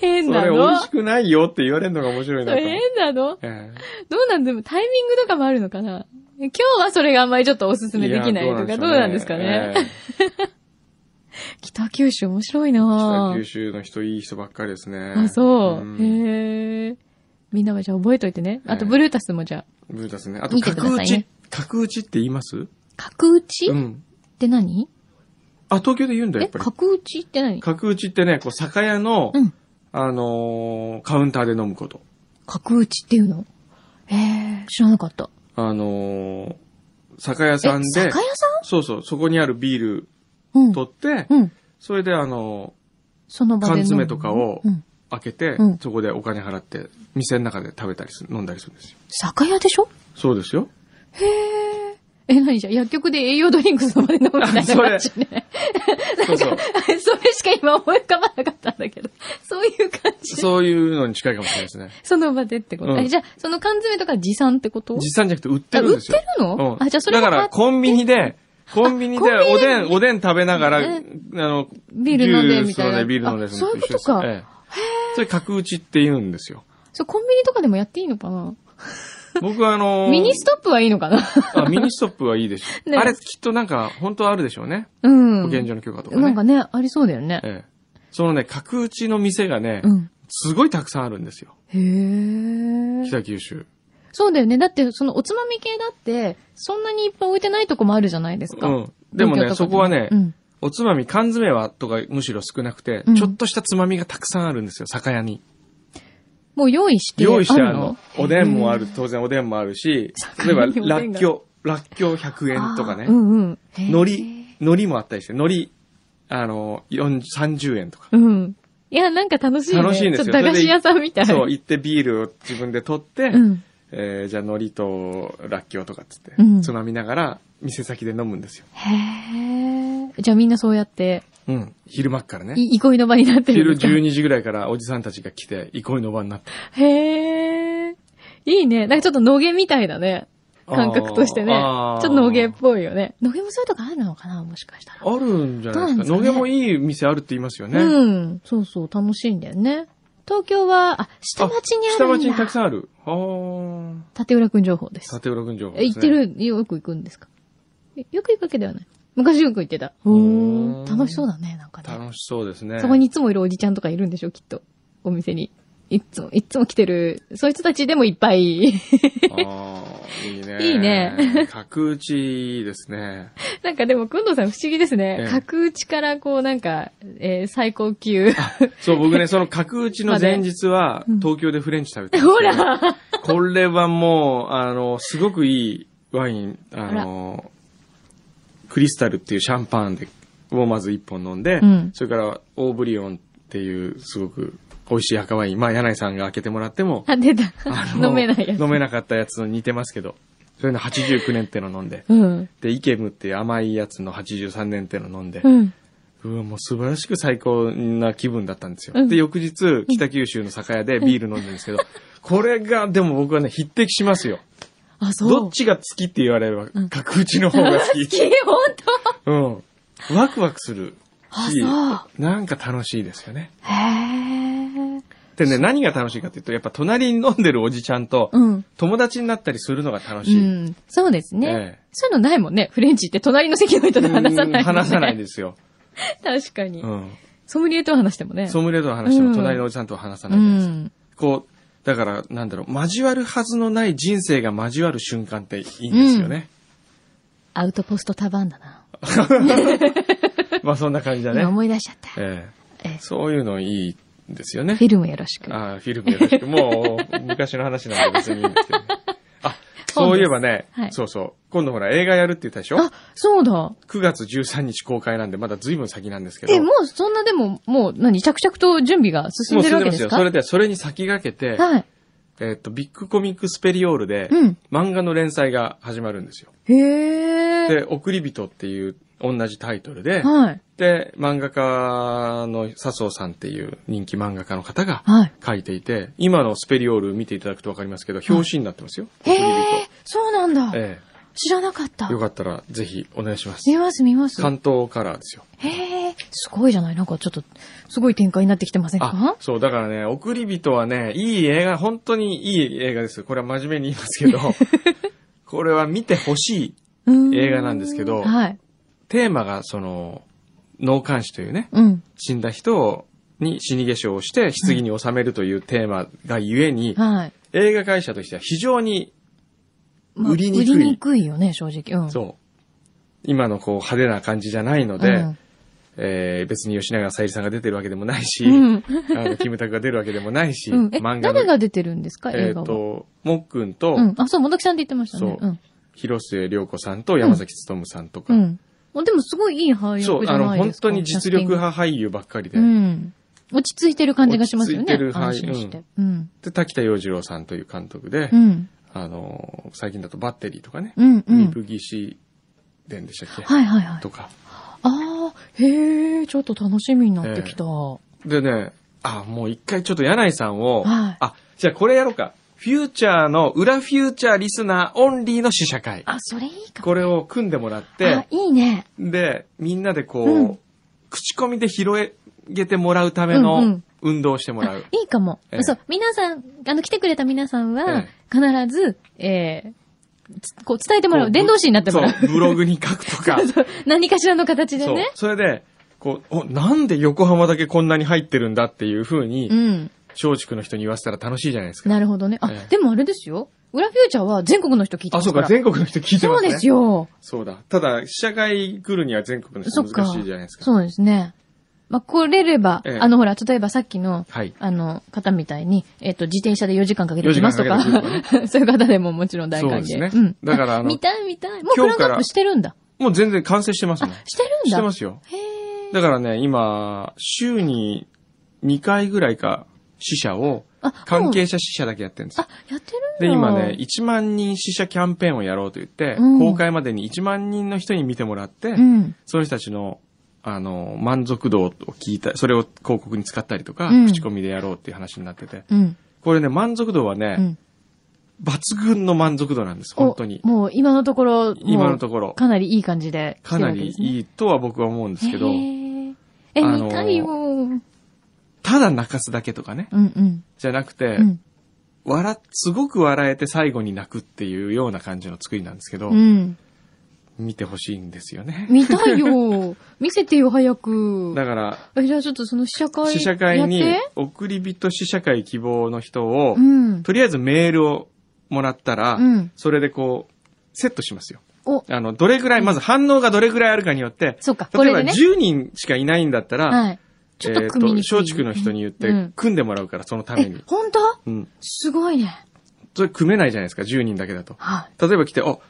[SPEAKER 3] 変
[SPEAKER 4] そ
[SPEAKER 3] な
[SPEAKER 4] れ美
[SPEAKER 3] の
[SPEAKER 4] 味し。くないよって言われるのが面白いなと思って
[SPEAKER 3] 変なの
[SPEAKER 4] ええ
[SPEAKER 3] どうなんでもタイミングとかもあるのかな今日はそれがあんまりちょっとおすすめできないとか、どうなんですかね。。
[SPEAKER 4] や
[SPEAKER 3] 北九州面白いな
[SPEAKER 4] どうなん
[SPEAKER 3] ぁ
[SPEAKER 4] でしょうねええ北九州の人いい人ばっかりですね。
[SPEAKER 3] あ、そう。
[SPEAKER 4] ん
[SPEAKER 3] へえ。みんなはじゃあ覚えといてね。あと、
[SPEAKER 4] ええ
[SPEAKER 3] ブルータスもじゃあ。
[SPEAKER 4] ブータスね。あと、
[SPEAKER 3] 見てください
[SPEAKER 4] 角
[SPEAKER 3] ね
[SPEAKER 4] 打ち、角打ちって言います
[SPEAKER 3] 角打ち
[SPEAKER 4] う
[SPEAKER 3] っ
[SPEAKER 4] ん。
[SPEAKER 3] て何
[SPEAKER 4] あ、東京で言うんだ、や
[SPEAKER 3] え、
[SPEAKER 4] っぱり。
[SPEAKER 3] 角打ちって何
[SPEAKER 4] 角打ちってね、こう、酒屋の、
[SPEAKER 3] うん
[SPEAKER 4] あのーカウンターで飲むこと。
[SPEAKER 3] 角打ちっていうのへえ、知らなかった。
[SPEAKER 4] あのー酒屋
[SPEAKER 3] え、
[SPEAKER 4] さん
[SPEAKER 3] 酒屋、
[SPEAKER 4] で
[SPEAKER 3] さ
[SPEAKER 4] そうそう、そこにあるビール
[SPEAKER 3] んうん。
[SPEAKER 4] 取って、
[SPEAKER 3] うん。そ
[SPEAKER 4] それであの
[SPEAKER 3] の場で飲む。
[SPEAKER 4] 缶詰とかを
[SPEAKER 3] うん。
[SPEAKER 4] ー開けて、
[SPEAKER 3] うん
[SPEAKER 4] そこでお金払って、店の中で食べたりする、飲んだりするんですよ。
[SPEAKER 3] 酒屋でしょ
[SPEAKER 4] そうですよ。
[SPEAKER 3] へえ。え、何じゃあ薬局で栄養ドリンクその場で飲むみたいな感じね。
[SPEAKER 4] そうそう。
[SPEAKER 3] それしか今思い浮かばなかったんだけど。そういう感じ。
[SPEAKER 4] そういうのに近いかもしれないですね。
[SPEAKER 3] その場でってこと。
[SPEAKER 4] うん
[SPEAKER 3] えじゃあ、その缶詰とか持参ってこと
[SPEAKER 4] 実際じゃなくて売って
[SPEAKER 3] あ
[SPEAKER 4] るん
[SPEAKER 3] 売っ
[SPEAKER 4] です
[SPEAKER 3] て
[SPEAKER 4] よ
[SPEAKER 3] る。の、
[SPEAKER 4] うん
[SPEAKER 3] あ、じゃあそれ
[SPEAKER 4] だ
[SPEAKER 3] が
[SPEAKER 4] から、コンビニで、コンビニで
[SPEAKER 3] コンビニで
[SPEAKER 4] おでん、おでん食べながら、あ
[SPEAKER 3] ね
[SPEAKER 4] の、
[SPEAKER 3] ビール飲んで
[SPEAKER 4] ジュース
[SPEAKER 3] みたいな
[SPEAKER 4] 飲んでビール飲んで
[SPEAKER 3] あそういうことか
[SPEAKER 4] 一緒ですええそれ、角打ちって言うんですよ。
[SPEAKER 3] そう、コンビニとかでもやっていいのかな
[SPEAKER 4] 僕はあのー
[SPEAKER 3] ミニストップはいいのかな
[SPEAKER 4] あ、ミニストップはいいでし ょ。
[SPEAKER 3] ね
[SPEAKER 4] あれ、きっとなんか、本当はあるでしょうね。
[SPEAKER 3] うん。
[SPEAKER 4] 保健所の許可とかね。
[SPEAKER 3] なんかね、ありそうだよね。
[SPEAKER 4] ええ。そのね、角打ちの店がね、
[SPEAKER 3] うん。
[SPEAKER 4] すごいたくさんあるんですよ。
[SPEAKER 3] へえ。
[SPEAKER 4] 北九州。
[SPEAKER 3] そうだよね。だって、そのおつまみ系だって、そんなにいっぱい置いてないとこもあるじゃないです
[SPEAKER 4] う
[SPEAKER 3] か。
[SPEAKER 4] ん。でも
[SPEAKER 3] 東京
[SPEAKER 4] ね、
[SPEAKER 3] とか
[SPEAKER 4] そこはね
[SPEAKER 3] う、ん。
[SPEAKER 4] おつまみ、缶詰は、とかむしろ少なくて
[SPEAKER 3] うん、
[SPEAKER 4] ちょっとしたつまみがたくさんあるんですよ、酒屋に。
[SPEAKER 3] もう用意してあるの。
[SPEAKER 4] 用意してあるの。おでんもある、当然おでんもあるし、例えば、
[SPEAKER 3] 酒屋におでんが
[SPEAKER 4] らっきょう、らっきょう100
[SPEAKER 3] へー
[SPEAKER 4] 円とかね
[SPEAKER 3] あーう、んうん。へー
[SPEAKER 4] 海苔、海苔もあったりして、海苔、あの、40 30円とか。
[SPEAKER 3] うん。いや、なんか楽しいね。
[SPEAKER 4] 楽しいんですよ
[SPEAKER 3] ちょっと駄菓子屋さんみたい。
[SPEAKER 4] そう、行ってビールを自分で取って
[SPEAKER 3] う、ん。
[SPEAKER 4] えーじゃあ海苔とらっきょうとかっつって
[SPEAKER 3] うん、
[SPEAKER 4] つまみながら、店先で飲むんですよ。
[SPEAKER 3] へえ。じゃあみんなそうやって、
[SPEAKER 4] うん。昼間っからね。
[SPEAKER 3] い憩いの場になってるんで
[SPEAKER 4] 昼
[SPEAKER 3] すか。
[SPEAKER 4] 12時ぐらいからおじさんたちが来て、憩いの場になって。
[SPEAKER 3] へえ。いいね。なんかちょっと野毛みたいだね。感覚としてね。ち
[SPEAKER 4] あ
[SPEAKER 3] ょ
[SPEAKER 4] ー
[SPEAKER 3] っと野毛っぽいよね。野毛もそういうとこあるのかなもしかしたら。
[SPEAKER 4] あるんじゃないです
[SPEAKER 3] どうなんで
[SPEAKER 4] か。野
[SPEAKER 3] すかね
[SPEAKER 4] 毛もいい店あるって言いますよね。
[SPEAKER 3] うん。そうそう、楽しいんだよね。東京は、あ、下町にあるん
[SPEAKER 4] 下町にた
[SPEAKER 3] だ
[SPEAKER 4] く。さんある。あー。
[SPEAKER 3] 立浦くん情報です。
[SPEAKER 4] 縦裏群青、
[SPEAKER 3] え、行ってる、よく行くんですかえよく行くわけではない。昔よく行ってた。ほ
[SPEAKER 4] ー
[SPEAKER 3] ー楽しそうだね、なんかね。
[SPEAKER 4] 楽しそうですね。
[SPEAKER 3] そこにいつもいるおじちゃんとかいるんでしょ、きっと。お店に。いっつも、いっつも来てる。そういう人たちでもいっぱい。
[SPEAKER 4] あー。いいね。
[SPEAKER 3] いいね。
[SPEAKER 4] 角打ちですね。
[SPEAKER 3] なんかでも、くんどうさん不思議です
[SPEAKER 4] え
[SPEAKER 3] ね
[SPEAKER 4] え。
[SPEAKER 3] 角打ちからこうなんか、えー最高級。
[SPEAKER 4] そう、僕ね、その角打ちの前日は
[SPEAKER 3] うん、
[SPEAKER 4] 東京でフレンチ食べてたんですよ
[SPEAKER 3] ほら
[SPEAKER 4] これはもう、あの、すごくいいワイン、あの、クリスタルっていうシャンパンで、をまず一本飲んで、
[SPEAKER 3] うん
[SPEAKER 4] それからオーブリオンっていうすごく美味しい赤ワイン。まあ、柳井さんが開けてもらっても、
[SPEAKER 3] あ、出た
[SPEAKER 4] あ。の
[SPEAKER 3] 飲めないやつ。
[SPEAKER 4] 飲めなかったやつの似てますけど、それの89年っての飲んで、
[SPEAKER 3] うん。
[SPEAKER 4] で、イケムっていう甘いやつの83年っての飲んで
[SPEAKER 3] う、ん。
[SPEAKER 4] うわ、もう素晴らしく最高な気分だったんですよ。
[SPEAKER 3] うん
[SPEAKER 4] で、翌日、北九州の酒屋でビール飲んでるんですけど、これが、でも僕はね、匹敵しますよ。
[SPEAKER 3] あ、そう。
[SPEAKER 4] どっちが好きって言われれば
[SPEAKER 3] うん、
[SPEAKER 4] 角打ちの方が好
[SPEAKER 3] 好き本
[SPEAKER 4] き。うん。ワクワクするし、
[SPEAKER 3] あ
[SPEAKER 4] なんか楽しいですよね。
[SPEAKER 3] 当へえ。
[SPEAKER 4] でね、何が楽しいかっていうと、やっぱ隣に飲んでるおじちゃんと
[SPEAKER 3] うん。
[SPEAKER 4] 友達になったりするのが楽
[SPEAKER 3] う
[SPEAKER 4] しい。
[SPEAKER 3] ん。そうですね。
[SPEAKER 4] ええ
[SPEAKER 3] そういうのないもんね。フレンチって隣の席の人と話さない、
[SPEAKER 4] うん話さない
[SPEAKER 3] で。
[SPEAKER 4] ですよ。
[SPEAKER 3] 確かに
[SPEAKER 4] う。ん。
[SPEAKER 3] ソムリエとは話してもね。
[SPEAKER 4] ソムリエとの話して
[SPEAKER 3] う
[SPEAKER 4] も
[SPEAKER 3] ん
[SPEAKER 4] 隣のおじさんとは話さ
[SPEAKER 3] う
[SPEAKER 4] ないです。
[SPEAKER 3] ん。
[SPEAKER 4] こう、だから、なんだろう、交わるはずのない人生が交わる瞬間っていいんですよね。
[SPEAKER 3] アウトポストタバンだな。
[SPEAKER 4] まあそんな感じだ
[SPEAKER 3] 今
[SPEAKER 4] ね。
[SPEAKER 3] 思い出しちゃった。
[SPEAKER 4] え
[SPEAKER 3] え
[SPEAKER 4] えそういうのいいんですよね
[SPEAKER 3] フ。ィルムよろしく。
[SPEAKER 4] ああ、フィルムよろしく。もう、昔の話なんで別にいいんですけどね。 あ、そういえばね、
[SPEAKER 3] はい
[SPEAKER 4] そうそう。今度ほら映画やるって言ったでしょ
[SPEAKER 3] あ、そうだ。
[SPEAKER 4] ?9 月13日公開なんでまだ随分先なんですけど。
[SPEAKER 3] え、もうそんなでも、もう何、着々と準備が進んでるわけです
[SPEAKER 4] もう進んでますよ。そ
[SPEAKER 3] か
[SPEAKER 4] れで、それに先駆けて、
[SPEAKER 3] はい。
[SPEAKER 4] えっと、ビッグコミックスペリオールで、
[SPEAKER 3] うん。
[SPEAKER 4] 漫画の連載が始まるんですよ。
[SPEAKER 3] へえ。
[SPEAKER 4] で、送り人っていう同じタイトルで、
[SPEAKER 3] はい。
[SPEAKER 4] で、漫画家の笹生さんっていう人気漫画家の方が
[SPEAKER 3] はい。
[SPEAKER 4] 書いていて、今のスペリオール見ていただくとわかりますけど、表紙になってますよ。
[SPEAKER 3] へ
[SPEAKER 4] 送り人
[SPEAKER 3] え、そうなんだ。
[SPEAKER 4] え
[SPEAKER 3] 知らなかった
[SPEAKER 4] え。。よかったらぜひお願いします。
[SPEAKER 3] 見ます見ます。
[SPEAKER 4] 関東カラーですよ。
[SPEAKER 3] へえ、すごいじゃないなんかちょっと、すごい展開になってきてません
[SPEAKER 4] あ
[SPEAKER 3] か、
[SPEAKER 4] そう、だからね、送り人はね、いい映画、本当にいい映画です。これは真面目に言います けど、これは見てほしい。
[SPEAKER 3] うーん
[SPEAKER 4] 映画なんですけど
[SPEAKER 3] はい。
[SPEAKER 4] テーマが、その、脳幹視というね、
[SPEAKER 3] うん。
[SPEAKER 4] 死んだ人に死に化粧をして、棺に収めるというテーマがゆえに、
[SPEAKER 3] はい。
[SPEAKER 4] 映画会社としては非常に、
[SPEAKER 3] まあ
[SPEAKER 4] 売りにくい
[SPEAKER 3] 売りにくいよね、正直。うん。
[SPEAKER 4] そう、今のこう派手な感じじゃないの
[SPEAKER 3] う
[SPEAKER 4] で、
[SPEAKER 3] ん
[SPEAKER 4] えー別に吉永小百合さんが出てるわけでもないし、
[SPEAKER 3] うん。
[SPEAKER 4] あの、キムタクが出るわけでもないし、
[SPEAKER 3] うん。え、
[SPEAKER 4] 漫画
[SPEAKER 3] 誰
[SPEAKER 4] の、
[SPEAKER 3] が出てるんですか
[SPEAKER 4] え
[SPEAKER 3] 映
[SPEAKER 4] っ、
[SPEAKER 3] 画は。
[SPEAKER 4] と、もっくんと、
[SPEAKER 3] うん。あ、そう、もどきさんって言ってましたね。
[SPEAKER 4] そう
[SPEAKER 3] うん。
[SPEAKER 4] 広末涼子さんと山崎努さんとか、
[SPEAKER 3] うん。もうでもすごいいい俳優じゃ
[SPEAKER 4] そう、あの、
[SPEAKER 3] ないで
[SPEAKER 4] 本
[SPEAKER 3] すか。
[SPEAKER 4] 当に実力派俳優ばっかり
[SPEAKER 3] キ
[SPEAKER 4] で、
[SPEAKER 3] ャスティング。うん。落ち着いてる感じがしますよね。
[SPEAKER 4] 落ち着いてるはい
[SPEAKER 3] 安心して。うん。
[SPEAKER 4] で、滝田洋次郎さんという監督で、
[SPEAKER 3] うん。
[SPEAKER 4] あの、最近だとバッテリーとかね、
[SPEAKER 3] うん。う
[SPEAKER 4] 三
[SPEAKER 3] ん。
[SPEAKER 4] 吹岸伝でしたっけ、
[SPEAKER 3] はいはいはい。
[SPEAKER 4] とか。
[SPEAKER 3] ああ、へえ、ちょっと楽しみになってきた。は
[SPEAKER 4] でね、あ、もう一回ちょっと柳井さん
[SPEAKER 3] い。
[SPEAKER 4] を、あ、じゃあこれやろうか。フューチャーの、裏フューチャーリスナーオンリーの試写会。
[SPEAKER 3] あ、それいいかも。
[SPEAKER 4] これを組んでもらっ
[SPEAKER 3] あ
[SPEAKER 4] て、、
[SPEAKER 3] いいね。
[SPEAKER 4] で、みんなでこう、
[SPEAKER 3] うん
[SPEAKER 4] 口コミで広げてもらうための、
[SPEAKER 3] うんうん
[SPEAKER 4] 運動をしてもらう。
[SPEAKER 3] いいかも。
[SPEAKER 4] ええ
[SPEAKER 3] そう、皆さん、あの、来てくれた皆さんは
[SPEAKER 4] え、
[SPEAKER 3] 必ず、えーつこう、伝えてもら
[SPEAKER 4] こ
[SPEAKER 3] う。
[SPEAKER 4] う
[SPEAKER 3] 伝道師になっても
[SPEAKER 4] そ
[SPEAKER 3] らう。
[SPEAKER 4] う、ブログに書くと か。
[SPEAKER 3] 何かしらの形で
[SPEAKER 4] そう
[SPEAKER 3] ね。。
[SPEAKER 4] それで、こう、お、なんで横浜だけこんなに入ってるんだっていう風
[SPEAKER 3] う
[SPEAKER 4] に、
[SPEAKER 3] ん。
[SPEAKER 4] 松竹の人に言わせたら楽しいじゃないですか。
[SPEAKER 3] なるほどね。あ
[SPEAKER 4] ええ、
[SPEAKER 3] でもあれですよ。裏フューチャーは全国の人聞いて
[SPEAKER 4] あ、
[SPEAKER 3] ます
[SPEAKER 4] そう
[SPEAKER 3] から。
[SPEAKER 4] か、全国の人聞いてますね。
[SPEAKER 3] そうですよ。
[SPEAKER 4] そうだ。ただ、試写会来るには全国の人
[SPEAKER 3] そっか
[SPEAKER 4] 難しいじゃないですか。
[SPEAKER 3] そうですね。まあ、来れれば、
[SPEAKER 4] ええ
[SPEAKER 3] あの、ほら、例えばさっきの、
[SPEAKER 4] はい。
[SPEAKER 3] あの、方みたいに、えっ、と、自転車で4時間かけてきますとか
[SPEAKER 4] 4時間かけて来る、
[SPEAKER 3] そういう方でももちろん大歓迎。
[SPEAKER 4] そうです
[SPEAKER 3] う
[SPEAKER 4] ね
[SPEAKER 3] ん。
[SPEAKER 4] だからあの
[SPEAKER 3] 見たい見たい。もうク
[SPEAKER 4] 今
[SPEAKER 3] ラン
[SPEAKER 4] 日
[SPEAKER 3] ク
[SPEAKER 4] か
[SPEAKER 3] ア
[SPEAKER 4] ら
[SPEAKER 3] ップしてるんだ。
[SPEAKER 4] もう全然完成してますもん。
[SPEAKER 3] してるんだ。
[SPEAKER 4] してますよ。
[SPEAKER 3] へえ。
[SPEAKER 4] だからね、今、週に2回ぐらいか、試写を、
[SPEAKER 3] あ、
[SPEAKER 4] 関
[SPEAKER 3] も
[SPEAKER 4] 係者試写だけやってるんです
[SPEAKER 3] う。
[SPEAKER 4] よ
[SPEAKER 3] あ、やってるんだ。
[SPEAKER 4] で、今ね、、1万人試写キャンペーンをやろうと言って、
[SPEAKER 3] うん
[SPEAKER 4] 公開までに1万人の人に見てもらって、
[SPEAKER 3] うん。
[SPEAKER 4] その人たちの、あの、満足度を聞いた、それを広告に使ったりとか、
[SPEAKER 3] うん
[SPEAKER 4] 口コミでやろうっていう話になってて。
[SPEAKER 3] うん。
[SPEAKER 4] これね、満足度は
[SPEAKER 3] う
[SPEAKER 4] ね、
[SPEAKER 3] ん。
[SPEAKER 4] 抜群の満足度なんです、本当に
[SPEAKER 3] お。もう今のところ、
[SPEAKER 4] 今のとこ
[SPEAKER 3] もう
[SPEAKER 4] ろ。
[SPEAKER 3] かなりいい感じで来
[SPEAKER 4] か
[SPEAKER 3] てる
[SPEAKER 4] な
[SPEAKER 3] わけで
[SPEAKER 4] り
[SPEAKER 3] すね、
[SPEAKER 4] いいとは僕は思うんですけど
[SPEAKER 3] へ、ーえ、
[SPEAKER 4] あのー
[SPEAKER 3] 見たいよ。うん
[SPEAKER 4] ただ泣かすだけとかね、
[SPEAKER 3] うん。
[SPEAKER 4] じゃなくて
[SPEAKER 3] う、ん。
[SPEAKER 4] 笑っ、すごく笑えて最後に泣くっていうような感じの作りなんですけど
[SPEAKER 3] う、ん。
[SPEAKER 4] 見てほしいんですよね。
[SPEAKER 3] 見たい よ。見せてよ、早く。
[SPEAKER 4] だから、
[SPEAKER 3] えじゃあちょっとその試写会やって。
[SPEAKER 4] 試写会に、送り人試写会希望の人を
[SPEAKER 3] う、ん。
[SPEAKER 4] とりあえずメールをもらったら、
[SPEAKER 3] うん。
[SPEAKER 4] それでこう、セットしますよ。
[SPEAKER 3] お、
[SPEAKER 4] あの、どれぐらい、まず反応がどれぐらいあるかによって、
[SPEAKER 3] そうか、こ
[SPEAKER 4] 例
[SPEAKER 3] れ
[SPEAKER 4] えば
[SPEAKER 3] でね。
[SPEAKER 4] 10人しかいないんだったら、
[SPEAKER 3] はい。ちょっと組みにくい。
[SPEAKER 4] えーと松竹の人に言っ
[SPEAKER 3] う
[SPEAKER 4] て
[SPEAKER 3] ん、
[SPEAKER 4] 組んでもらうから、そのため
[SPEAKER 3] え
[SPEAKER 4] に、。
[SPEAKER 3] 本当
[SPEAKER 4] うん。
[SPEAKER 3] すごいね。
[SPEAKER 4] それ組めないじゃないですか、10人だけだと。
[SPEAKER 3] はい。
[SPEAKER 4] 例えば来て、お、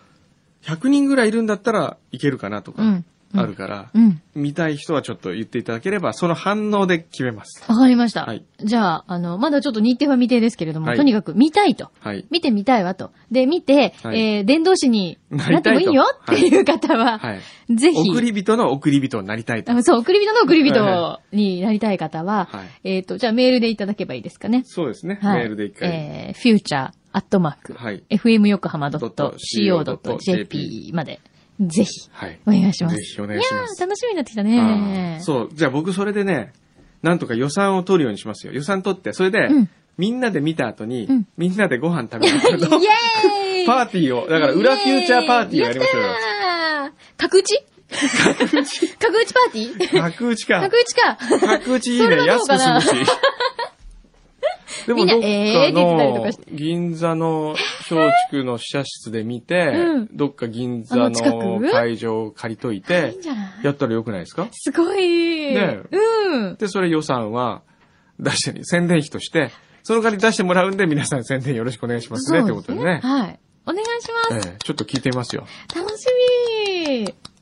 [SPEAKER 4] 100人ぐらいいるんだったらいけるかなと
[SPEAKER 3] う
[SPEAKER 4] か、
[SPEAKER 3] ん。
[SPEAKER 4] あるから、
[SPEAKER 3] うん。
[SPEAKER 4] 見たい人はちょっと言っていただければ、その反応で決めます。
[SPEAKER 3] わかりました。
[SPEAKER 4] はい
[SPEAKER 3] じゃあ、あの、まだちょっと日程は未定ですけれども、
[SPEAKER 4] はい
[SPEAKER 3] とにかく見たいと。
[SPEAKER 4] はい。
[SPEAKER 3] 見てみたいわと。で、見て、
[SPEAKER 4] はい
[SPEAKER 3] えー、伝道師になってもいいよっ
[SPEAKER 4] な
[SPEAKER 3] て
[SPEAKER 4] りたいと
[SPEAKER 3] いう方は、
[SPEAKER 4] はい。
[SPEAKER 3] ぜひ、
[SPEAKER 4] 送り人の送り人になりたいと。
[SPEAKER 3] あそう、送り人の送り人
[SPEAKER 4] は
[SPEAKER 3] になりたい方は、
[SPEAKER 4] はい。
[SPEAKER 3] えっ、と、じゃあメールでいただけばいいですかね。
[SPEAKER 4] そうですね。
[SPEAKER 3] はい
[SPEAKER 4] メールで一回。
[SPEAKER 3] えー、future アットマーク、
[SPEAKER 4] はい。
[SPEAKER 3] fm 横浜 .co.jp
[SPEAKER 4] .co.jp
[SPEAKER 3] まで、ぜひ、
[SPEAKER 4] はい。
[SPEAKER 3] お願いします。
[SPEAKER 4] ぜひお願いします
[SPEAKER 3] やー楽しみになってきた
[SPEAKER 4] あ
[SPEAKER 3] ね
[SPEAKER 4] ー。そう。じゃあ僕それでね、なんとか予算を取るようにしますよ。予算取って、それで、
[SPEAKER 3] うん
[SPEAKER 4] みんなで見た後に、
[SPEAKER 3] うん
[SPEAKER 4] みんなでご飯食 べること
[SPEAKER 3] イェーイ
[SPEAKER 4] パーティーを、だから裏フューチャーパーティーやりましょうよ。
[SPEAKER 3] やったー角打ち角打ちパーティー
[SPEAKER 4] 角打ちか
[SPEAKER 3] 角。打ちか。
[SPEAKER 4] 角打ちいい
[SPEAKER 3] それ
[SPEAKER 4] ね。
[SPEAKER 3] はど
[SPEAKER 4] 安
[SPEAKER 3] うか
[SPEAKER 4] く
[SPEAKER 3] な
[SPEAKER 4] 済むし。で
[SPEAKER 3] み
[SPEAKER 4] も
[SPEAKER 3] んな
[SPEAKER 4] どっか
[SPEAKER 3] えーって言ったりとか
[SPEAKER 4] の
[SPEAKER 3] し、
[SPEAKER 4] 銀座の松竹の試写室で見て、
[SPEAKER 3] うん
[SPEAKER 4] どっか銀座
[SPEAKER 3] あの近
[SPEAKER 4] の
[SPEAKER 3] く
[SPEAKER 4] 会場を借りとい
[SPEAKER 3] いい
[SPEAKER 4] て
[SPEAKER 3] ん、じゃない
[SPEAKER 4] やったらよくないですか
[SPEAKER 3] すごい。
[SPEAKER 4] ね
[SPEAKER 3] うん。
[SPEAKER 4] で、それ予算は出して、宣伝費として、その代わり出してもらうんで、皆さん宣伝よろしくお願いしますね、ってことでね。
[SPEAKER 3] はい。お願いし
[SPEAKER 4] え
[SPEAKER 3] ます。
[SPEAKER 4] えちょっと聞いてみますよ。
[SPEAKER 3] 楽し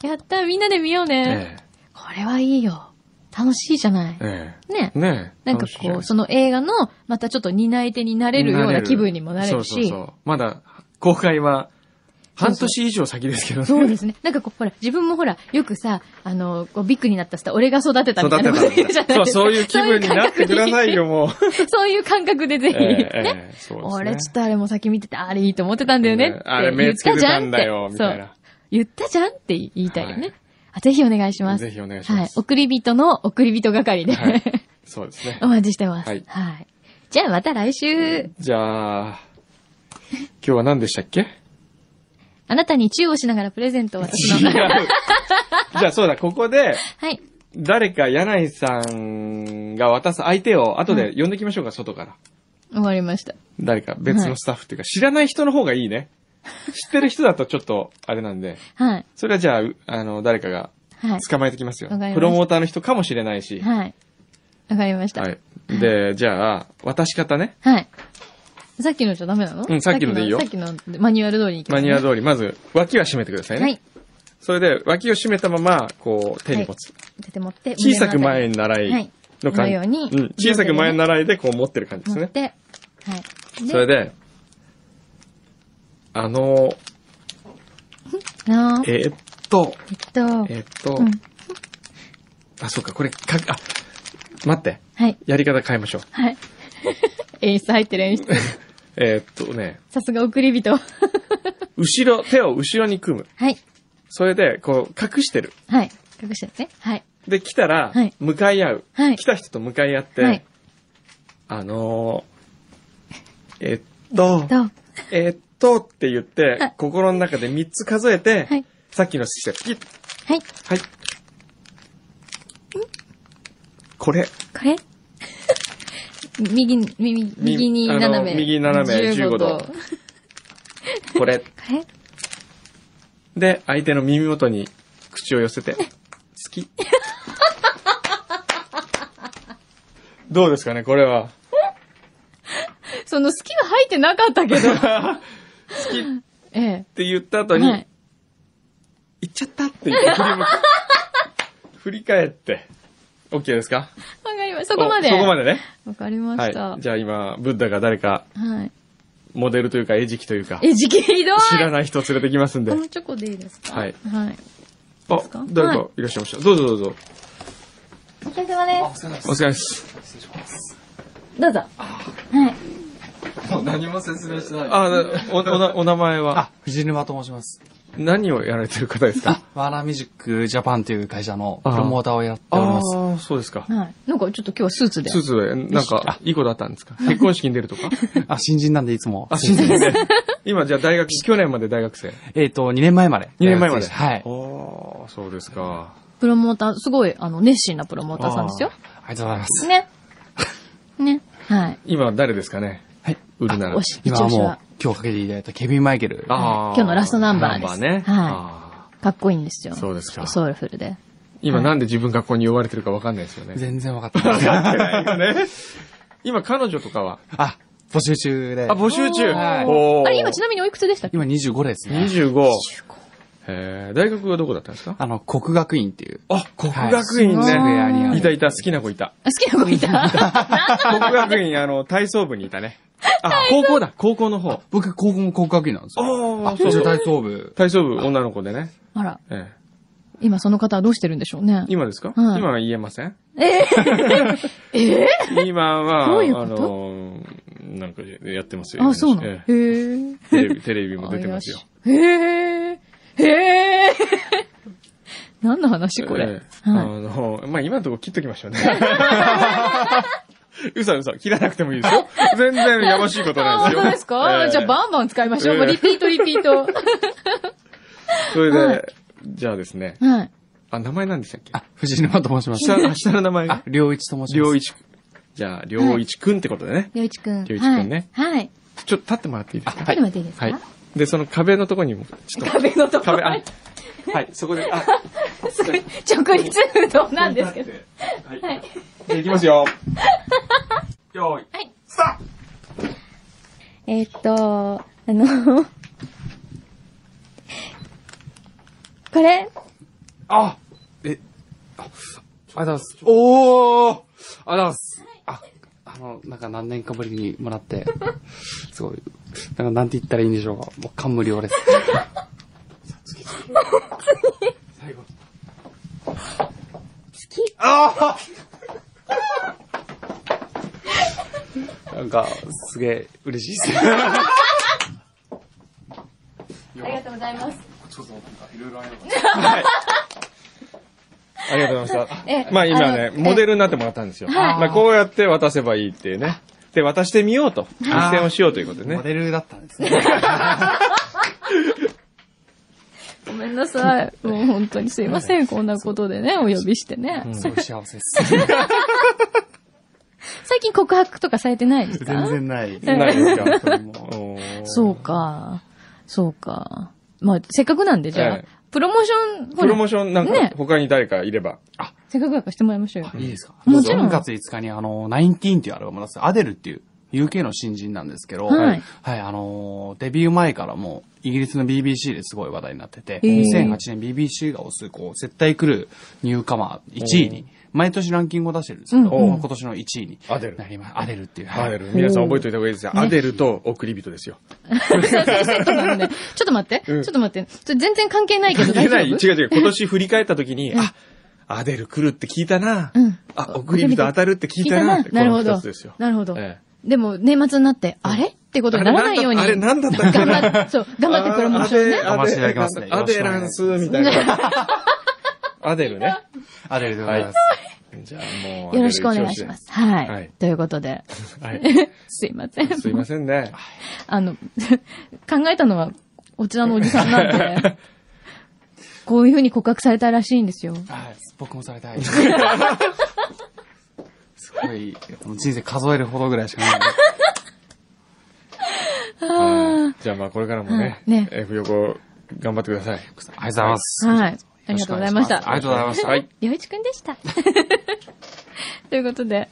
[SPEAKER 3] みやったみんなで見ようね。
[SPEAKER 4] ええ
[SPEAKER 3] これはいいよ。楽しいじゃない。
[SPEAKER 4] え
[SPEAKER 3] ね
[SPEAKER 4] え。。ねえ。
[SPEAKER 3] なんか
[SPEAKER 4] 楽しいじゃ
[SPEAKER 3] こ、
[SPEAKER 4] いう
[SPEAKER 3] その映画の、またちょっと担い手になれるような気分にもなれ
[SPEAKER 4] そ
[SPEAKER 3] る
[SPEAKER 4] うそう
[SPEAKER 3] し
[SPEAKER 4] そ、う。まだ、公開は、
[SPEAKER 3] そうそう
[SPEAKER 4] 半年以上先ですけどね。
[SPEAKER 3] そうですね。なんかこう、ほら、自分もほら、よくさ、あの、こうビッグになったさ、俺が育てたみたいなこと言うじゃないですか。
[SPEAKER 4] そう、そういう気分になってくださいよ、もう。
[SPEAKER 3] そういう感覚 で。そういう感覚でぜひ。ね。
[SPEAKER 4] ええそうですね
[SPEAKER 3] 俺、ちょっとあれも先見てて、あれいいと思ってたんだよねって
[SPEAKER 4] ね。あれ目つけてたんだよ
[SPEAKER 3] 言ったじゃんってそう言ったじゃん
[SPEAKER 4] みたいな
[SPEAKER 3] って言いたいよ
[SPEAKER 4] は
[SPEAKER 3] ね
[SPEAKER 4] い。
[SPEAKER 3] あぜひお願いします。
[SPEAKER 4] ぜひお願いし
[SPEAKER 3] は
[SPEAKER 4] ま
[SPEAKER 3] い。
[SPEAKER 4] す。
[SPEAKER 3] 送り人の送り人係で、
[SPEAKER 4] はいそうですね
[SPEAKER 3] お。待ちしてます。は
[SPEAKER 4] はいい。
[SPEAKER 3] じゃあまた来週、
[SPEAKER 4] じゃあ、今日は何でしたっ け
[SPEAKER 3] あなたにチューをしながらプレゼントを私の。
[SPEAKER 4] じゃあそうだ、ここで、
[SPEAKER 3] はい。
[SPEAKER 4] 誰か柳井さんが渡す相手を後で呼んできましょうか、外から。
[SPEAKER 3] 終わりました。
[SPEAKER 4] 誰か別のスタッフっていうか、知らない人の方がいいね。知ってる人だとちょっと、あれなんで。
[SPEAKER 3] はい。
[SPEAKER 4] それはじゃあ、うあの、誰かが
[SPEAKER 3] はい。
[SPEAKER 4] 捕まえてきますよ。
[SPEAKER 3] わかりました
[SPEAKER 4] プロモーターの人かもしれないし。
[SPEAKER 3] はい。わかりました。
[SPEAKER 4] は
[SPEAKER 3] はい。
[SPEAKER 4] い。で、じゃあ、渡し方ね。
[SPEAKER 3] さっきのじゃダメなの
[SPEAKER 4] うんさっきのでいいよ
[SPEAKER 3] さっきのさっきのマニュアル通りに行きま
[SPEAKER 4] マ
[SPEAKER 3] す、
[SPEAKER 4] ニ
[SPEAKER 3] ね。
[SPEAKER 4] ュアル通り、まず、脇は締めてくださいね。
[SPEAKER 3] はい。
[SPEAKER 4] それで、脇を締めたまま、こう、手に持つ。
[SPEAKER 3] 出て持って。
[SPEAKER 4] 小さく前
[SPEAKER 3] に。
[SPEAKER 4] に習
[SPEAKER 3] はい
[SPEAKER 4] いの感
[SPEAKER 3] の
[SPEAKER 4] じ。
[SPEAKER 3] ように
[SPEAKER 4] ん。小さく前に習いで、こう持ってる感じです
[SPEAKER 3] 持っ
[SPEAKER 4] ね。
[SPEAKER 3] て。はい。
[SPEAKER 4] それで、あの、
[SPEAKER 3] なあ、え
[SPEAKER 4] えーっと、
[SPEAKER 3] っと、
[SPEAKER 4] えーっと
[SPEAKER 3] うん、
[SPEAKER 4] あ、そうか、これ、か、あ、待って。
[SPEAKER 3] はい。
[SPEAKER 4] やり方変えましょう。
[SPEAKER 3] はい。演出入ってる演出。
[SPEAKER 4] えーっとね、
[SPEAKER 3] さすが送り人。
[SPEAKER 4] 後ろ、手を後ろに組む。
[SPEAKER 3] はい。
[SPEAKER 4] それで、こう、隠してる。
[SPEAKER 3] はい。隠してですね。はい。
[SPEAKER 4] で、来たら
[SPEAKER 3] はい、
[SPEAKER 4] 向かい合う。
[SPEAKER 3] はい
[SPEAKER 4] 来た人と向かい合って、
[SPEAKER 3] はい。
[SPEAKER 4] あのー、えっと、
[SPEAKER 3] どう
[SPEAKER 4] えっとって言って、
[SPEAKER 3] はい
[SPEAKER 4] 心の中で3つ数えて、
[SPEAKER 3] はい
[SPEAKER 4] さっきのステップピッ、
[SPEAKER 3] はい。
[SPEAKER 4] はい。これ、
[SPEAKER 3] これ 右、右、右に斜
[SPEAKER 4] あ
[SPEAKER 3] め。
[SPEAKER 4] の右斜め15度
[SPEAKER 3] こ
[SPEAKER 4] これ。
[SPEAKER 3] れ
[SPEAKER 4] で、相手の耳元に口を寄せて、好き。どうですかね、こ れは。
[SPEAKER 3] その好きは入ってなかっ たけど。
[SPEAKER 4] 好きっ
[SPEAKER 3] ええ。
[SPEAKER 4] て言った後に、
[SPEAKER 3] はい
[SPEAKER 4] 行っちゃったって言って振り向く振り返って、OK ですか
[SPEAKER 3] わかりました。そこまで。
[SPEAKER 4] おそこまでね。
[SPEAKER 3] わかりま
[SPEAKER 4] は。
[SPEAKER 3] した。はい
[SPEAKER 4] じゃあ今、ブッダが誰か、
[SPEAKER 3] い。
[SPEAKER 4] モデルというか、餌食というか、
[SPEAKER 3] え、時期ひどい
[SPEAKER 4] 知らない人を連れてきますんで
[SPEAKER 3] こ。のチョコでいいですか
[SPEAKER 4] はい
[SPEAKER 3] はい。
[SPEAKER 4] あ
[SPEAKER 3] すか、
[SPEAKER 4] 誰
[SPEAKER 3] は
[SPEAKER 4] かいらっしゃいました。どうぞどうぞ。
[SPEAKER 3] お疲れ様です。
[SPEAKER 4] お疲れ様です。
[SPEAKER 3] どうぞ。はい。
[SPEAKER 5] 何も説明してない。
[SPEAKER 4] あ、なお、おな、お名前は
[SPEAKER 5] あ、、藤沼と申します。
[SPEAKER 4] 何をやられてる方ですか
[SPEAKER 5] ワーナーミュージックジャパンという会社のプロモーターをやっており
[SPEAKER 4] あ
[SPEAKER 5] ます。
[SPEAKER 4] ー、そうですか。
[SPEAKER 3] はい。なんかちょっと今日はスーツで。
[SPEAKER 4] スーツで、なんか、あいいことあったんですか結婚式に出るとか
[SPEAKER 5] あ新人なんでいつも。
[SPEAKER 4] あ、新人で。 今、じゃあ大学、去年まで大学生。
[SPEAKER 5] えっ、と、2年前まで。
[SPEAKER 4] 2年前まで。
[SPEAKER 5] はい
[SPEAKER 4] あ。ーそうですか。
[SPEAKER 3] プロモーター、すごい、あの、熱心なプロモーターさんですよ。
[SPEAKER 5] ありがとうございます。
[SPEAKER 3] ね。ね。はい。
[SPEAKER 4] 今、誰ですかね
[SPEAKER 5] はい。
[SPEAKER 4] 売るなら
[SPEAKER 3] お。し、一
[SPEAKER 5] 今は
[SPEAKER 3] 押し
[SPEAKER 5] も
[SPEAKER 3] は
[SPEAKER 5] う、今日かけていただいたケビン・マイケル。
[SPEAKER 4] あ
[SPEAKER 3] 今
[SPEAKER 4] ー
[SPEAKER 3] 日のラストナンバーです
[SPEAKER 4] ナンバー
[SPEAKER 3] は
[SPEAKER 4] ね。
[SPEAKER 3] い
[SPEAKER 4] あ
[SPEAKER 3] かっこいいんですよ。
[SPEAKER 4] そうですか
[SPEAKER 3] ソウルフルで。
[SPEAKER 4] ー今、なんで自分がここに呼ばれてるかわかんないですよね。
[SPEAKER 5] 全然分かってない。
[SPEAKER 4] 今、彼女とかは
[SPEAKER 5] あ、募集中で。
[SPEAKER 4] あ、募集中
[SPEAKER 5] はい
[SPEAKER 4] おー
[SPEAKER 3] あれ、今ちなみにおいくつでしたっけ
[SPEAKER 5] 今25ですね。
[SPEAKER 4] 25。えー、大学はどこだったんですか
[SPEAKER 5] あの、国学院っていう。
[SPEAKER 4] あ、国学院
[SPEAKER 5] はい
[SPEAKER 4] ね。
[SPEAKER 5] 渋谷にある
[SPEAKER 4] いたいた、好きな子い た。
[SPEAKER 3] あ好きな子いた
[SPEAKER 4] 国学院、あの、体操部にいたね。あ、高校だ、高校の方。
[SPEAKER 5] 僕、高校も国学院なんですよ。
[SPEAKER 4] あー
[SPEAKER 5] あ、
[SPEAKER 4] そ
[SPEAKER 5] そううじゃあ体操部。
[SPEAKER 4] 体操部、女の子でね。
[SPEAKER 3] あら、
[SPEAKER 4] ええ
[SPEAKER 3] 今その方はどうしてるんでしょうね。
[SPEAKER 4] 今ですか
[SPEAKER 3] はい
[SPEAKER 4] 今は言えません
[SPEAKER 3] え
[SPEAKER 4] 今は、
[SPEAKER 3] どういうこ
[SPEAKER 4] あ
[SPEAKER 3] と
[SPEAKER 4] の、なんかやってますよ。
[SPEAKER 3] あ、そうなの
[SPEAKER 4] え
[SPEAKER 3] へ
[SPEAKER 4] え
[SPEAKER 3] ー。
[SPEAKER 4] テレビ、テレビも出てますよ。
[SPEAKER 3] へー。へー。 何の話これ
[SPEAKER 4] え。えあ
[SPEAKER 3] はい。
[SPEAKER 4] の、まあ、今のところ切っときましょうね。 嘘嘘、切らなくてもいいですよ。全然やましいこと
[SPEAKER 3] あ、
[SPEAKER 4] な
[SPEAKER 3] 本
[SPEAKER 4] いですよ。
[SPEAKER 3] 当ですか、
[SPEAKER 4] ええ
[SPEAKER 3] じゃあバンバン使いましょう。
[SPEAKER 4] ええ
[SPEAKER 3] もうリピート、リピート。
[SPEAKER 4] それで、
[SPEAKER 3] はい
[SPEAKER 4] じゃあですね。
[SPEAKER 3] はい。
[SPEAKER 4] あ、名前なんでしたっけ
[SPEAKER 5] あ、藤沼と申します。
[SPEAKER 4] 下、下の名前
[SPEAKER 5] あ、りょういちと申します。
[SPEAKER 4] りょういち。じゃあ、りょういちくんってことでね。
[SPEAKER 3] りょういちくん。
[SPEAKER 4] りょういちくんね
[SPEAKER 3] はい。はい。
[SPEAKER 4] ちょっと立ってもらっていいですか
[SPEAKER 3] ちょっと待っていいですか、
[SPEAKER 4] はい。で、その壁のとこにも、ちょっと、
[SPEAKER 3] 壁のとこ
[SPEAKER 4] 壁、
[SPEAKER 3] ろ
[SPEAKER 4] あ
[SPEAKER 3] に、
[SPEAKER 4] はい、そこで、あ、
[SPEAKER 3] すごい直立不動なんですけど。
[SPEAKER 4] はい。じゃあ、いきま すよ。よーい。
[SPEAKER 3] えーっと、あの、これ、
[SPEAKER 4] あえ、あ、
[SPEAKER 5] ありがとうございます。おーありがとうございます。あ、あの、なんか何年かぶりにもらって、 すごい、なんかなんて言ったらいいんでしょうか。もう感無量です。最後。好きああなんか、すげえ嬉しいで
[SPEAKER 3] あ
[SPEAKER 5] す。
[SPEAKER 3] りがとうございます。
[SPEAKER 4] ありがとうございまし
[SPEAKER 3] え
[SPEAKER 4] た。まあ今ね
[SPEAKER 3] あ、の
[SPEAKER 4] モデルになってもらったんですよ。まあこうやって渡せばいいっていうね。で、渡してみようと。実践をしようということで
[SPEAKER 5] モ
[SPEAKER 4] ね。
[SPEAKER 5] デルだったんですね。
[SPEAKER 3] ごめんなさい。もう本当にすいません。こんなことでね、お呼びしてね。
[SPEAKER 5] すごい幸せです。
[SPEAKER 3] 最近告白とかされてないです
[SPEAKER 5] 全
[SPEAKER 3] か
[SPEAKER 5] 然ない。
[SPEAKER 4] ないですか
[SPEAKER 5] それも
[SPEAKER 4] おー
[SPEAKER 3] そうか。そうか。まあ、せっかくなんで、じゃあ
[SPEAKER 4] ええ、
[SPEAKER 3] プロモーション、ほら
[SPEAKER 4] プロモーションなんか
[SPEAKER 3] ね
[SPEAKER 4] 他に誰かいれば。
[SPEAKER 3] せっかくだからしてもらいましょう よ。
[SPEAKER 5] いいですか
[SPEAKER 3] もちろん
[SPEAKER 5] 3月5日にあの、19っていうアルバム出す。アデルっていう UK の新人なんですけど、
[SPEAKER 3] はい
[SPEAKER 5] はい、あのーデビュー前からもう、イギリスの BBC ですごい話題になってて、
[SPEAKER 3] へー
[SPEAKER 5] 2008年 BBC が推す、こう、絶対来るニューカマー1位に、毎年ランキングを出してるんですけど、
[SPEAKER 3] うん
[SPEAKER 5] 今年の1位に
[SPEAKER 4] アデル
[SPEAKER 5] なります。アデルっていう。は
[SPEAKER 4] ア
[SPEAKER 5] い
[SPEAKER 4] デル。皆さん覚えておいた方がいいですよ。アデルと送り人ですよ。
[SPEAKER 3] そうそうセットなんで。ちょっと待って。ちょっと待って。それ全然関係ないけど
[SPEAKER 4] 関係
[SPEAKER 3] 大丈
[SPEAKER 4] な
[SPEAKER 3] 夫
[SPEAKER 4] い。違う違う。今年振り返った時に、あ、アデル来るって聞いたな。
[SPEAKER 3] うん
[SPEAKER 4] あ、送り人当たるって聞いたな。って
[SPEAKER 3] なるほ
[SPEAKER 4] この
[SPEAKER 3] ど
[SPEAKER 4] 二つですよ。。
[SPEAKER 3] なるほど
[SPEAKER 4] え。
[SPEAKER 3] でも、年末になって、あれってことにならないように。
[SPEAKER 4] あれなんだったっけ
[SPEAKER 3] 頑張 って、そう、頑張ってプロモーションね。
[SPEAKER 5] 頑張っていただきますね
[SPEAKER 4] アデランスみたいな。アデルね。
[SPEAKER 5] アデルでございます。
[SPEAKER 4] じゃあもう。
[SPEAKER 3] よろしくお願いします。。はい。
[SPEAKER 4] はい
[SPEAKER 3] ということで、
[SPEAKER 4] はい。
[SPEAKER 3] すいません。
[SPEAKER 4] すいませ んね。
[SPEAKER 3] あの、考えたのは、こちらのおじさんなん で、こういうふうに告白されたらしいんですよ。
[SPEAKER 5] はい、僕もされたい。 すごい、この人生数えるほどぐらいしかない。
[SPEAKER 4] はいじゃあまあこれからもね、
[SPEAKER 3] うんね
[SPEAKER 4] F 横頑張ってください。
[SPEAKER 5] ありがとうございます。
[SPEAKER 3] はい。ありがとうございまし
[SPEAKER 5] よろくお
[SPEAKER 3] た。
[SPEAKER 5] 願しすありがとうございました。
[SPEAKER 4] はい。
[SPEAKER 3] りょういちくんでした。 ということで、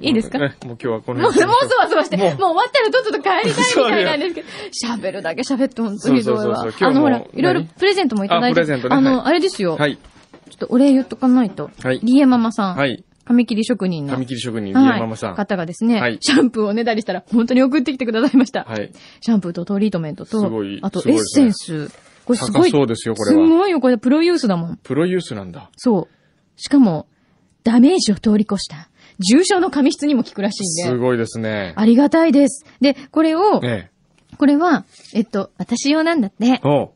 [SPEAKER 3] いいですか
[SPEAKER 4] もうねもう今日はこの
[SPEAKER 3] もう、もう
[SPEAKER 4] 辺
[SPEAKER 3] そ
[SPEAKER 4] で
[SPEAKER 3] わそわして、も
[SPEAKER 4] も
[SPEAKER 3] う
[SPEAKER 4] う
[SPEAKER 3] 終わったらとっとと帰りたいみたいなんですけど、喋るだけ喋って本当にひどいわ
[SPEAKER 4] そうそうそう。そう
[SPEAKER 3] あ
[SPEAKER 4] 今日
[SPEAKER 3] の、
[SPEAKER 4] も
[SPEAKER 3] ほら、いろいろ
[SPEAKER 4] 何
[SPEAKER 3] プレゼントもいただいて、
[SPEAKER 4] あプレゼントね
[SPEAKER 3] あ
[SPEAKER 4] は
[SPEAKER 3] の、
[SPEAKER 4] い
[SPEAKER 3] あれですよ、
[SPEAKER 4] はい。
[SPEAKER 3] ちょっとお礼言っとかないと。
[SPEAKER 4] はい
[SPEAKER 3] リエママさん。
[SPEAKER 4] はい。
[SPEAKER 3] 紙切り職人の。
[SPEAKER 4] 紙切り職人、リエ
[SPEAKER 3] はい
[SPEAKER 4] ママさん。
[SPEAKER 3] 方がですね、
[SPEAKER 4] はい
[SPEAKER 3] シャンプーをねだりしたら本当に送ってきてくださいました。
[SPEAKER 4] はい。
[SPEAKER 3] シャンプーとトリートメントと
[SPEAKER 4] すごい、
[SPEAKER 3] あと
[SPEAKER 4] す
[SPEAKER 3] エ
[SPEAKER 4] ごい
[SPEAKER 3] ッ
[SPEAKER 4] です
[SPEAKER 3] セ
[SPEAKER 4] ね
[SPEAKER 3] ンス。これすごい。
[SPEAKER 4] 高そうですよこれは
[SPEAKER 3] すごいよ、これプロユースだもん。
[SPEAKER 4] プロユースなんだ。
[SPEAKER 3] そう。しかも、ダメージを通り越した。重症の髪質にも効くらしい
[SPEAKER 4] す
[SPEAKER 3] んで。
[SPEAKER 4] ごいですね。
[SPEAKER 3] ありがたいです。で、これを、
[SPEAKER 4] ええ。
[SPEAKER 3] これは、えっと、私用なんだって。
[SPEAKER 4] お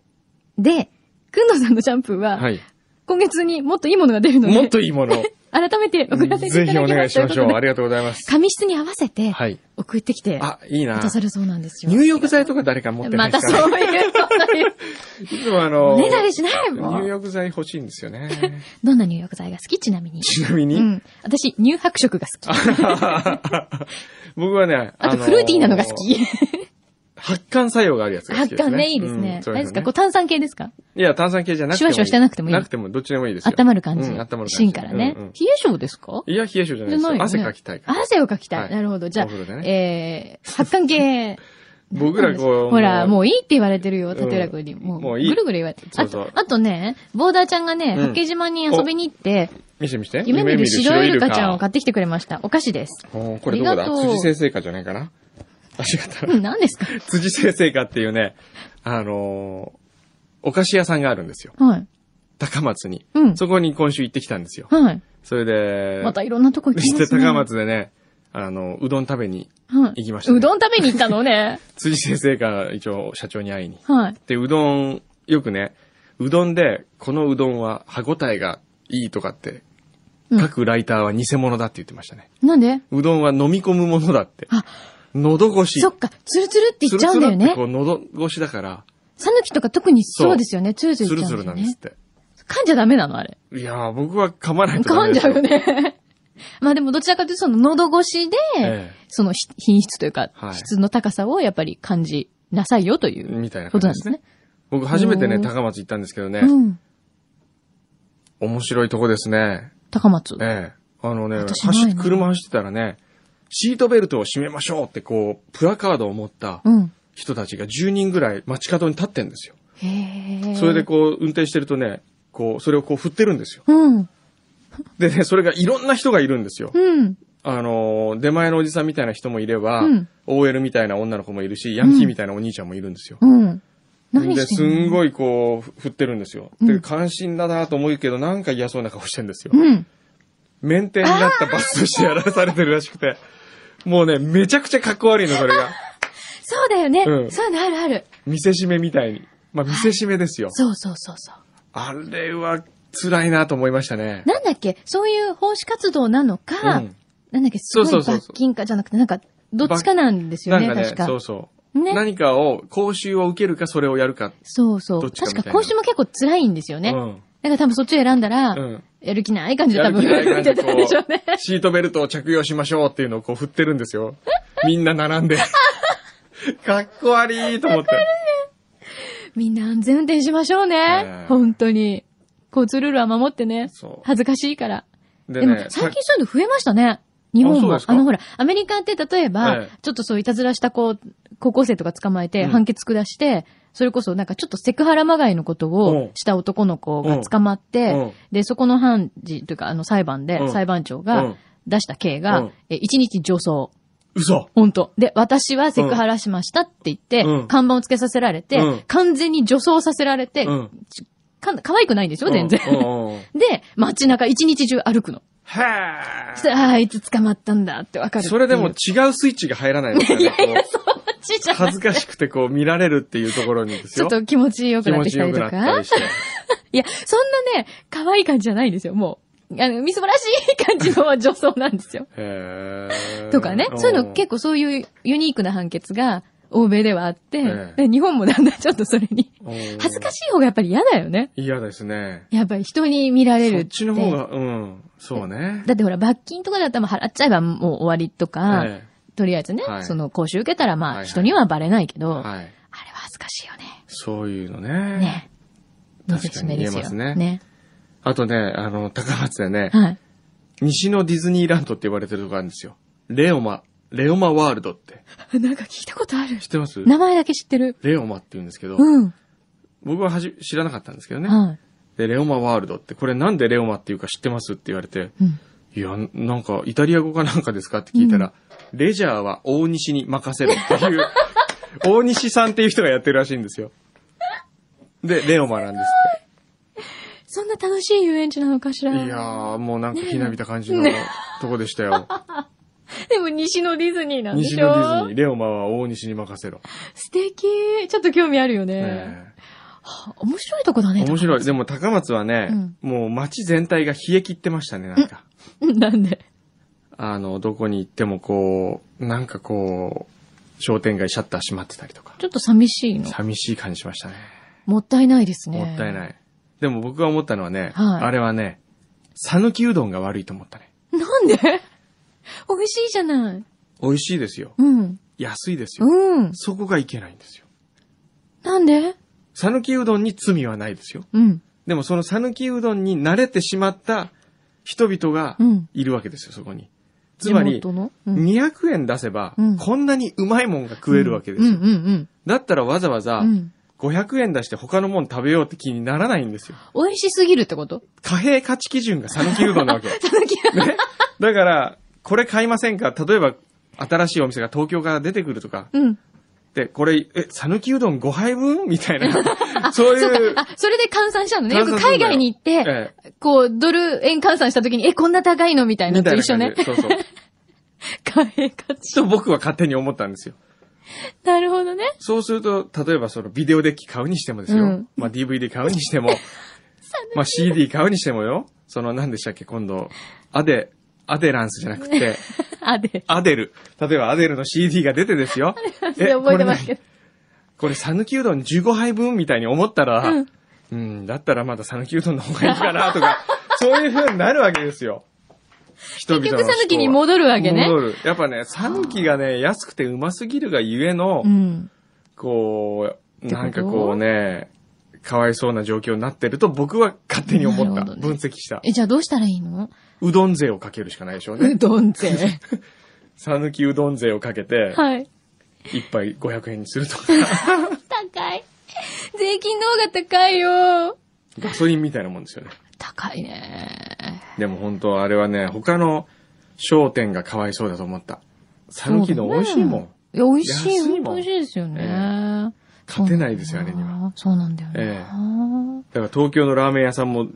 [SPEAKER 4] う
[SPEAKER 3] で、くんどさんのシャンプーは、
[SPEAKER 4] はい。
[SPEAKER 3] 今月にもっといいものが出るので、
[SPEAKER 4] もっといいものを。
[SPEAKER 3] 改めて送らせていただきます。
[SPEAKER 4] ぜひお願いしましょう。
[SPEAKER 3] といこ
[SPEAKER 4] あ
[SPEAKER 3] とで
[SPEAKER 4] りがとうございます。
[SPEAKER 3] 髪質に合わせて、
[SPEAKER 4] はい。
[SPEAKER 3] 送ってきて、
[SPEAKER 4] あ、いいな
[SPEAKER 3] 出。さるそうなんですよ。
[SPEAKER 4] 入浴剤とか誰か持ってな
[SPEAKER 3] ま
[SPEAKER 4] いで
[SPEAKER 3] た
[SPEAKER 4] す
[SPEAKER 3] そ
[SPEAKER 4] か、
[SPEAKER 3] ういうこと言う。
[SPEAKER 4] い つもあの、
[SPEAKER 3] ねだりしないも
[SPEAKER 4] 入
[SPEAKER 3] ん。
[SPEAKER 4] 浴剤欲しいんですよね。
[SPEAKER 3] どんな入浴剤が好き ちなみに。
[SPEAKER 4] ちなみに、
[SPEAKER 3] うん。私、乳白色が好き。
[SPEAKER 4] 僕はね、
[SPEAKER 3] あと、
[SPEAKER 4] の
[SPEAKER 3] フルーティーなのが好。き。
[SPEAKER 4] 発汗作用があるやつが好
[SPEAKER 3] 発
[SPEAKER 4] きですね。
[SPEAKER 3] 汗ね、いいですね。
[SPEAKER 4] うん
[SPEAKER 3] あれですか、こ
[SPEAKER 4] そう
[SPEAKER 3] う炭酸系ですか
[SPEAKER 4] いや、炭酸系じゃなくてもい
[SPEAKER 3] シュワ
[SPEAKER 4] い。
[SPEAKER 3] シュワしてなくてもいい
[SPEAKER 4] なくても、どっちでもいいですよ。
[SPEAKER 3] 温まる感じ。
[SPEAKER 4] うん温まる感じ。
[SPEAKER 3] 芯からね。
[SPEAKER 4] うんう
[SPEAKER 3] 冷
[SPEAKER 4] ん
[SPEAKER 3] え性ですか
[SPEAKER 4] いや、冷え性じゃないですよ。
[SPEAKER 3] よね
[SPEAKER 4] 汗かきたいから。
[SPEAKER 3] 汗をかきた。
[SPEAKER 4] はいい
[SPEAKER 3] なるほど。じゃあ
[SPEAKER 4] お風呂で、
[SPEAKER 3] えー、発汗系。
[SPEAKER 4] 僕らこ う、
[SPEAKER 3] ほら、も
[SPEAKER 4] う、
[SPEAKER 3] ういいって言われてるよ、
[SPEAKER 4] うん
[SPEAKER 3] 立浦君に。もう、
[SPEAKER 4] もういい
[SPEAKER 3] ぐるぐる言われて。あ
[SPEAKER 4] そう
[SPEAKER 3] と
[SPEAKER 4] そう、
[SPEAKER 3] あとね、ボーダーちゃんがね、
[SPEAKER 4] うん
[SPEAKER 3] 八景島に遊びに行って、
[SPEAKER 4] 見して見して。
[SPEAKER 3] 夢見る白イルカちゃんを買ってきてくれました。お菓子です。
[SPEAKER 4] おーこれどこ
[SPEAKER 3] あ
[SPEAKER 4] だ
[SPEAKER 3] りがとう
[SPEAKER 4] 辻先生かじゃないかなあ、違った。
[SPEAKER 3] うん、何ですか
[SPEAKER 4] 辻先生かっていうね、あのーお菓子屋さんがあるんですよ。
[SPEAKER 3] はい。
[SPEAKER 4] 高松に。
[SPEAKER 3] うん
[SPEAKER 4] そこに今週行ってきたんですよ。
[SPEAKER 3] はい。
[SPEAKER 4] それで、
[SPEAKER 3] またいろんなとこ行き
[SPEAKER 4] そ
[SPEAKER 3] ま
[SPEAKER 4] して
[SPEAKER 3] すね。
[SPEAKER 4] 高松でね、あの、うどん食べに、
[SPEAKER 3] はい。
[SPEAKER 4] 行きましたね
[SPEAKER 3] うどん食べに行ったのね。
[SPEAKER 4] 辻先生が一応社長に会いに。
[SPEAKER 3] はい。
[SPEAKER 4] で、うどん、よくね、うどんで、このうどんは歯応えがいいとかって、
[SPEAKER 3] うん
[SPEAKER 4] 各ライターは偽物だって言ってましたね。
[SPEAKER 3] なんで
[SPEAKER 4] うどんは飲み込むものだって。
[SPEAKER 3] あ
[SPEAKER 4] 喉越し。
[SPEAKER 3] そっか、ツルツルって言っちゃうんだよ
[SPEAKER 4] つるつるっ
[SPEAKER 3] ね
[SPEAKER 4] てこ。う喉越しだから、
[SPEAKER 3] さぬきとか特に
[SPEAKER 4] そう
[SPEAKER 3] そうですよね。ツルツル
[SPEAKER 4] ツ
[SPEAKER 3] いっち
[SPEAKER 4] ル
[SPEAKER 3] ゃ
[SPEAKER 4] ツ
[SPEAKER 3] う
[SPEAKER 4] ル
[SPEAKER 3] んだ
[SPEAKER 4] な
[SPEAKER 3] よ
[SPEAKER 4] んです
[SPEAKER 3] ね
[SPEAKER 4] っ。て。
[SPEAKER 3] 噛んじゃダメなの、あれ。
[SPEAKER 4] いやー、僕は噛まないとダ
[SPEAKER 3] 噛
[SPEAKER 4] メ
[SPEAKER 3] ん
[SPEAKER 4] で
[SPEAKER 3] じ
[SPEAKER 4] す
[SPEAKER 3] ゃ
[SPEAKER 4] よ
[SPEAKER 3] う。ね。 まあでもどちらかというとその喉越しで、
[SPEAKER 4] ええ
[SPEAKER 3] そのひ品質というか、
[SPEAKER 4] はい
[SPEAKER 3] 質の高さをやっぱり感じなさいよという
[SPEAKER 4] みたいな
[SPEAKER 3] こ
[SPEAKER 4] 感
[SPEAKER 3] と
[SPEAKER 4] じ
[SPEAKER 3] なん
[SPEAKER 4] で
[SPEAKER 3] ですすね。
[SPEAKER 4] ね。僕初めて
[SPEAKER 3] う
[SPEAKER 4] ね、
[SPEAKER 3] ん
[SPEAKER 4] 高松行ったんですけどね、
[SPEAKER 3] うん。
[SPEAKER 4] 面白いとこですね。
[SPEAKER 3] 高松。
[SPEAKER 4] ええ。あのね、
[SPEAKER 3] 私ないな
[SPEAKER 4] 走っ車走ってたらね、シートベルトを締めましょうってこう、プラカードを持った
[SPEAKER 3] うん。
[SPEAKER 4] 人たちが10人ぐらい街角に立ってんですよ。
[SPEAKER 3] へえ。
[SPEAKER 4] それでこう、運転してるとね、こう、それをこう振ってるんですよ。
[SPEAKER 3] うん。
[SPEAKER 4] でね、それがいろんな人がいるんですよ。
[SPEAKER 3] うん。
[SPEAKER 4] あのー、出前のおじさんみたいな人もいれば、
[SPEAKER 3] うん
[SPEAKER 4] OL みたいな女の子もいるし、ヤンキーみたいなお兄ちゃんもいるんですよ。
[SPEAKER 3] うん。何
[SPEAKER 4] で、
[SPEAKER 3] して
[SPEAKER 4] す
[SPEAKER 3] んの
[SPEAKER 4] んごいこう、ふ振ってるんですよ。
[SPEAKER 3] う
[SPEAKER 4] で、
[SPEAKER 3] ん
[SPEAKER 4] 関心だなと思うけど、なんか嫌そうな顔してんですよ。
[SPEAKER 3] うん。
[SPEAKER 4] メンテになったバスとしてやら されてるらしくて。もうね、めちゃくちゃかっこ悪いの、それが。
[SPEAKER 3] そうだよね。
[SPEAKER 4] うん
[SPEAKER 3] そういうのあるある。
[SPEAKER 4] 見せしめみたいに。まあ、見せしめですよ。
[SPEAKER 3] そうそうそうそう。
[SPEAKER 4] あれは辛いなと思いましたね。
[SPEAKER 3] なんだっけ、そういう奉仕活動なのか、
[SPEAKER 4] うん
[SPEAKER 3] なんだっけ、すご
[SPEAKER 4] そう
[SPEAKER 3] い
[SPEAKER 4] そうそうそう
[SPEAKER 3] 罰金かじゃなくて、なんか、どっちかなんですよ
[SPEAKER 4] なん
[SPEAKER 3] ね、
[SPEAKER 4] かね
[SPEAKER 3] 確、か
[SPEAKER 4] そ。うそう。
[SPEAKER 3] ね。
[SPEAKER 4] 何かを、講習を受けるか、それをやるか。
[SPEAKER 3] そうそ
[SPEAKER 4] ど
[SPEAKER 3] う。
[SPEAKER 4] っちかみ
[SPEAKER 3] 確
[SPEAKER 4] たいな
[SPEAKER 3] か、講習も結構辛いんですよね。
[SPEAKER 4] う
[SPEAKER 3] だか
[SPEAKER 4] ん。
[SPEAKER 3] ら多分そっちを選んだら、
[SPEAKER 4] うん。
[SPEAKER 3] やる気ない感じで
[SPEAKER 4] や
[SPEAKER 3] 多
[SPEAKER 4] る
[SPEAKER 3] 分
[SPEAKER 4] 気ない
[SPEAKER 3] 見
[SPEAKER 4] 感じ
[SPEAKER 3] て
[SPEAKER 4] で
[SPEAKER 3] た
[SPEAKER 4] こ
[SPEAKER 3] んでしょうね。
[SPEAKER 4] う、シートベルトを着用しましょうっていうのをこう振ってるんで すよ。みんな並んで。かっこ悪いと思って。
[SPEAKER 3] みんな安全運転しましょう
[SPEAKER 4] う
[SPEAKER 3] ね
[SPEAKER 4] ん。
[SPEAKER 3] 本当に。交通ルールは守ってね
[SPEAKER 4] そう。
[SPEAKER 3] 恥ずかしいから。
[SPEAKER 4] で
[SPEAKER 3] でも
[SPEAKER 4] ね、、
[SPEAKER 3] 最近そういうの増えましたね。日本
[SPEAKER 4] あそう
[SPEAKER 3] も。
[SPEAKER 4] で
[SPEAKER 3] あ
[SPEAKER 4] すか
[SPEAKER 3] の、ほら、アメリカって例えば、
[SPEAKER 4] ええ
[SPEAKER 3] ちょっとそういたずらした子、高校生とか捕まえて、
[SPEAKER 4] うん
[SPEAKER 3] 判決下して、それこそなんかちょっとセクハラまがいのこと
[SPEAKER 4] う
[SPEAKER 3] を
[SPEAKER 4] ん
[SPEAKER 3] した男の子が捕まっ
[SPEAKER 4] う
[SPEAKER 3] て
[SPEAKER 4] ん、
[SPEAKER 3] で、そこの判事というか、あの裁判
[SPEAKER 4] う
[SPEAKER 3] で、
[SPEAKER 4] ん
[SPEAKER 3] 裁判長
[SPEAKER 4] う
[SPEAKER 3] が
[SPEAKER 4] ん
[SPEAKER 3] 出した刑
[SPEAKER 4] う
[SPEAKER 3] が
[SPEAKER 4] ん、
[SPEAKER 3] え一日上層。
[SPEAKER 4] 嘘
[SPEAKER 3] 本当で、私はセクハラしましたって言って、
[SPEAKER 4] うん
[SPEAKER 3] 看板をつけさせられて、
[SPEAKER 4] うん
[SPEAKER 3] 完全に女装させられて、
[SPEAKER 4] うん
[SPEAKER 3] か可愛くないんですよ、全然。
[SPEAKER 4] うんうんうん
[SPEAKER 3] で、街中一日中歩くの。
[SPEAKER 4] へー
[SPEAKER 3] そしたらああ、いつ捕まったんだってわかるっていう。
[SPEAKER 4] それでも違うスイッチが入らないですよね。こ
[SPEAKER 3] ちっち
[SPEAKER 4] う
[SPEAKER 3] ゃい
[SPEAKER 4] 恥ずかしくてこう見られるっていうところにです
[SPEAKER 3] ちょ
[SPEAKER 4] よ。
[SPEAKER 3] っと気持ちよく
[SPEAKER 4] 気
[SPEAKER 3] なっ
[SPEAKER 4] 持
[SPEAKER 3] てき
[SPEAKER 4] ち
[SPEAKER 3] た
[SPEAKER 4] よ
[SPEAKER 3] り
[SPEAKER 4] く
[SPEAKER 3] と
[SPEAKER 4] なっ
[SPEAKER 3] か。
[SPEAKER 4] たりして。
[SPEAKER 3] いや、そんなね、可愛い感じじゃないんですよ、もう。あの、みすぼらしい感じの女装なんですよ。
[SPEAKER 4] へー
[SPEAKER 3] とかね。そういうの結
[SPEAKER 4] 構。
[SPEAKER 3] 構そういうユニークな判決が欧米ではあって、
[SPEAKER 4] え
[SPEAKER 3] で日本もだんだん ちょっとそれに。恥ずか
[SPEAKER 4] し
[SPEAKER 3] しい方がやっぱり嫌だよね。
[SPEAKER 4] い。嫌ですね。
[SPEAKER 3] やっぱり人に見られる
[SPEAKER 4] そ
[SPEAKER 3] って。
[SPEAKER 4] っちの方が、うん。そうね。
[SPEAKER 3] だってほら、罰金とかだったらもう払っちゃえばもう終わりとか、
[SPEAKER 4] え
[SPEAKER 3] とりあえずね、
[SPEAKER 4] はい
[SPEAKER 3] その講習受けたら
[SPEAKER 4] はい
[SPEAKER 3] ま
[SPEAKER 4] は
[SPEAKER 3] あ
[SPEAKER 4] い
[SPEAKER 3] 人にはバレないけど、
[SPEAKER 4] えはい。
[SPEAKER 3] あれは恥ずかしいよね。
[SPEAKER 4] そういうのね。
[SPEAKER 3] ね。見せ
[SPEAKER 4] 確
[SPEAKER 3] し
[SPEAKER 4] か
[SPEAKER 3] め
[SPEAKER 4] に
[SPEAKER 3] で
[SPEAKER 4] 言え
[SPEAKER 3] す
[SPEAKER 4] ま
[SPEAKER 3] よ。
[SPEAKER 4] すねあとね、あの、高松でね、
[SPEAKER 3] はい。
[SPEAKER 4] 西のディズニーランドって言われてるとこあるんですよ。レオマ、レオマワールドって。
[SPEAKER 3] なんか聞いたことある。
[SPEAKER 4] 知ってます
[SPEAKER 3] 名前だけ知ってる。
[SPEAKER 4] レオマって言うんですけど、
[SPEAKER 3] うん。
[SPEAKER 4] 僕ははじ知らなかったんですけどね。
[SPEAKER 3] は
[SPEAKER 4] で、レオマワールドって、これなんでレオマっていうか知ってますって言われて、
[SPEAKER 3] い。うん。
[SPEAKER 4] いや、なんか、イタリア語かなんかですかって聞いたら、レジャーは大西に任せろっていう、大西さんっていう人がやってるらしいんですよ。で、レオマなんですっ
[SPEAKER 3] そんな楽しい遊園地なのかしら
[SPEAKER 4] て。いやー、もうなんかひなびた感じのとこでしたよ。
[SPEAKER 3] でも西のディズニーなんで
[SPEAKER 4] 西
[SPEAKER 3] しょ
[SPEAKER 4] のディズニー、レオマは大西に任せろ。
[SPEAKER 3] 素敵。ちょっと興味あるよね。
[SPEAKER 4] ね
[SPEAKER 3] 面白いとこだ
[SPEAKER 4] え
[SPEAKER 3] ね。
[SPEAKER 4] 面白い。で
[SPEAKER 3] も。
[SPEAKER 4] も高松はね、
[SPEAKER 3] うん
[SPEAKER 4] もう街全体が冷え切ってましたね、なんか。
[SPEAKER 3] なんで
[SPEAKER 4] あの、どこに行ってもこう、なんかこう、商店街シャッター閉まってたりとか。
[SPEAKER 3] ちょっと寂しいの。
[SPEAKER 4] 寂しい感じしましたね。
[SPEAKER 3] もったいないですね。
[SPEAKER 4] もったい
[SPEAKER 3] い。
[SPEAKER 4] ない。でも僕が思ったのはね、
[SPEAKER 3] はい
[SPEAKER 4] あれはね、讃岐うどんが悪いと思ったね。
[SPEAKER 3] なんで美味しいじゃない。
[SPEAKER 4] 美味しいですよ。
[SPEAKER 3] うん。
[SPEAKER 4] 安いですよ。
[SPEAKER 3] うん。
[SPEAKER 4] そこがいけないんですよ。
[SPEAKER 3] なんで
[SPEAKER 4] 讃岐うどんに罪はないですよ。
[SPEAKER 3] うん。
[SPEAKER 4] でもその讃岐うどんに慣れてしまった人々が
[SPEAKER 3] うん
[SPEAKER 4] いるわけですよ、そこに。つまり
[SPEAKER 3] 地、元のうん
[SPEAKER 4] 200円出せば
[SPEAKER 3] うん、
[SPEAKER 4] こんなにうまいもんが食えるわけです
[SPEAKER 3] うん
[SPEAKER 4] よ。
[SPEAKER 3] うんうん。
[SPEAKER 4] だったらわざわざ
[SPEAKER 3] う、ん。
[SPEAKER 4] 500円出して他のもん食べようって気にならないんですよ。
[SPEAKER 3] 美味しすぎるってこと
[SPEAKER 4] 貨幣価値基準が讃岐うどん なわけ。ねだから、これ買いませんか例えば、新しいお店が東京から出てくるとか。
[SPEAKER 3] うん。
[SPEAKER 4] で、これ、え、讃岐うどん5杯分みたい な。そうい
[SPEAKER 3] そう
[SPEAKER 4] う
[SPEAKER 3] か。。あ、それで換算したのね。よ
[SPEAKER 4] 換
[SPEAKER 3] く
[SPEAKER 4] 算する
[SPEAKER 3] 海
[SPEAKER 4] んだよ
[SPEAKER 3] 外に行って、
[SPEAKER 4] え
[SPEAKER 3] こう、ドル円換算した時に、え、こんな高いのみた
[SPEAKER 4] え
[SPEAKER 3] いなの
[SPEAKER 4] みた
[SPEAKER 3] と
[SPEAKER 4] い
[SPEAKER 3] 一
[SPEAKER 4] な
[SPEAKER 3] 緒ね
[SPEAKER 4] 感じ。で。そうそう。
[SPEAKER 3] 貨幣価値。
[SPEAKER 4] と僕は勝手に思ったんですよ。
[SPEAKER 3] なるほどね。
[SPEAKER 4] そうすると、例えばそのビデオデッキ買うにしてもですよ。
[SPEAKER 3] うん
[SPEAKER 4] まあ DVD 買うにしても、まあ CD 買うにしてもよ。その何でしたっけ今度、アデ、アデランスじゃな くて、
[SPEAKER 3] あ、で。
[SPEAKER 4] アデル。例えばアデルの CD が出てで すよ。
[SPEAKER 3] で覚えてますけど。
[SPEAKER 4] これ、讃岐うどん15杯分みたいに思ったら、
[SPEAKER 3] う
[SPEAKER 4] うんん、だったらまだ讃岐うどんの方がいいか なとか、そういう風になるわけですよ。人々の
[SPEAKER 3] 結
[SPEAKER 4] 思
[SPEAKER 3] 局
[SPEAKER 4] 考は
[SPEAKER 3] 讃岐に戻るわけね。
[SPEAKER 4] 戻る。やっぱね、讃岐がね、安くてうますぎるがゆえの、
[SPEAKER 3] うん。
[SPEAKER 4] こう、
[SPEAKER 3] てこと
[SPEAKER 4] なんかこうね、かわいそうな状況になってると僕は勝手に思っ
[SPEAKER 3] な
[SPEAKER 4] た。
[SPEAKER 3] るほどね
[SPEAKER 4] 分析した。
[SPEAKER 3] え、じゃあどうしたらいいの
[SPEAKER 4] うどん税をかけるしかないでしょう
[SPEAKER 3] う
[SPEAKER 4] ね。
[SPEAKER 3] どん ぜ。
[SPEAKER 4] 讃岐うどん税をかけて、
[SPEAKER 3] はい。
[SPEAKER 4] 一杯500円にすると か、
[SPEAKER 3] 高い。税金の方が高いよ。
[SPEAKER 4] ガソリンみたいなもんですよね。
[SPEAKER 3] 高いね。
[SPEAKER 4] でも本当あれはね、他の商店がかわいそうだと思った。讃岐の美味しいもん。
[SPEAKER 3] いや、美味しい、
[SPEAKER 4] 安いも
[SPEAKER 3] 本
[SPEAKER 4] ん
[SPEAKER 3] 当美味しいですよね。
[SPEAKER 4] ええ勝てないですよあれには。
[SPEAKER 3] そうなんだよ
[SPEAKER 4] ええ
[SPEAKER 3] ね。
[SPEAKER 4] だから東京のラーメン屋さんも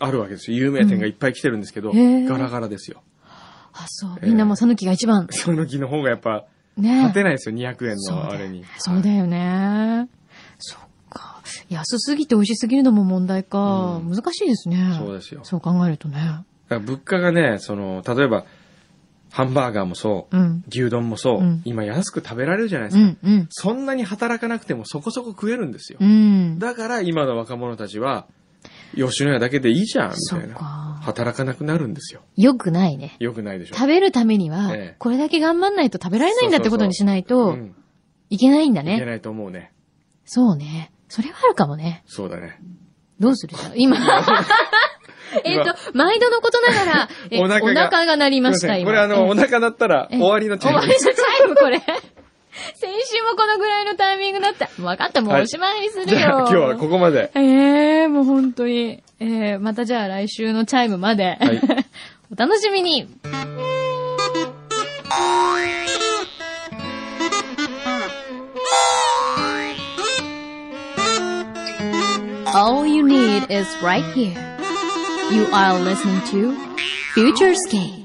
[SPEAKER 4] あるわけですよ。有名店がいっぱい来てるんですけど、
[SPEAKER 3] うんへー
[SPEAKER 4] ガラガラですよ。
[SPEAKER 3] あ、そう。みんなもう讃岐が一番。
[SPEAKER 4] その木の方がやっぱ、
[SPEAKER 3] ね
[SPEAKER 4] 勝てないですよ、200円のあれに。
[SPEAKER 3] そうだよね。そっか。安すぎて美味しすぎるのも問題か。
[SPEAKER 4] うん
[SPEAKER 3] 難しいですね。
[SPEAKER 4] そうですよ
[SPEAKER 3] そう考えるとね。
[SPEAKER 4] だから物価がね、その、例えば、ハンバーガーもそう、
[SPEAKER 3] うん。
[SPEAKER 4] 牛丼もそう、
[SPEAKER 3] うん
[SPEAKER 4] 今安く食べられるじゃないで
[SPEAKER 3] う
[SPEAKER 4] すか。
[SPEAKER 3] ん、うん。
[SPEAKER 4] そんなに働かなくてもそこそこ食えるんですよ。
[SPEAKER 3] うん。
[SPEAKER 4] だから今の若者たちは、吉野家だけでいいじゃん、み
[SPEAKER 3] そ
[SPEAKER 4] た
[SPEAKER 3] う
[SPEAKER 4] いな。
[SPEAKER 3] か。
[SPEAKER 4] 働かなくなるんですよ。
[SPEAKER 3] よくないね。
[SPEAKER 4] よくないでしょ。
[SPEAKER 3] 食べるためには
[SPEAKER 4] ええ、
[SPEAKER 3] これだけ頑張んないと食べられないんだってことにしないと
[SPEAKER 4] う、ん、
[SPEAKER 3] いけないんだ
[SPEAKER 4] いけ
[SPEAKER 3] ね。
[SPEAKER 4] ないと思うね。
[SPEAKER 3] そうね。それはあるかもね。
[SPEAKER 4] そうだね。
[SPEAKER 3] どうするじゃあ今。 えっと、毎度のことながら、え
[SPEAKER 4] お腹が
[SPEAKER 3] お腹が鳴りまし
[SPEAKER 4] すいま
[SPEAKER 3] た、
[SPEAKER 4] せん
[SPEAKER 3] 今。
[SPEAKER 4] これあの、お腹鳴ったら
[SPEAKER 3] ええ
[SPEAKER 4] 終わりのチ
[SPEAKER 3] 終
[SPEAKER 4] ェ
[SPEAKER 3] わ
[SPEAKER 4] ン
[SPEAKER 3] り
[SPEAKER 4] ジ
[SPEAKER 3] の
[SPEAKER 4] で
[SPEAKER 3] チ
[SPEAKER 4] す。
[SPEAKER 3] ャイムこれ。 先週もこのぐらいのタイミングだった。分かった、もう
[SPEAKER 4] はい
[SPEAKER 3] おしまいにするよ。
[SPEAKER 4] じゃあ 今日はここまで。
[SPEAKER 3] ええもう本当に。ええまたじゃあ来週のチャイムまで。
[SPEAKER 4] はい
[SPEAKER 3] お楽しみに。
[SPEAKER 6] All you need is right here. You are listening to Futurescape.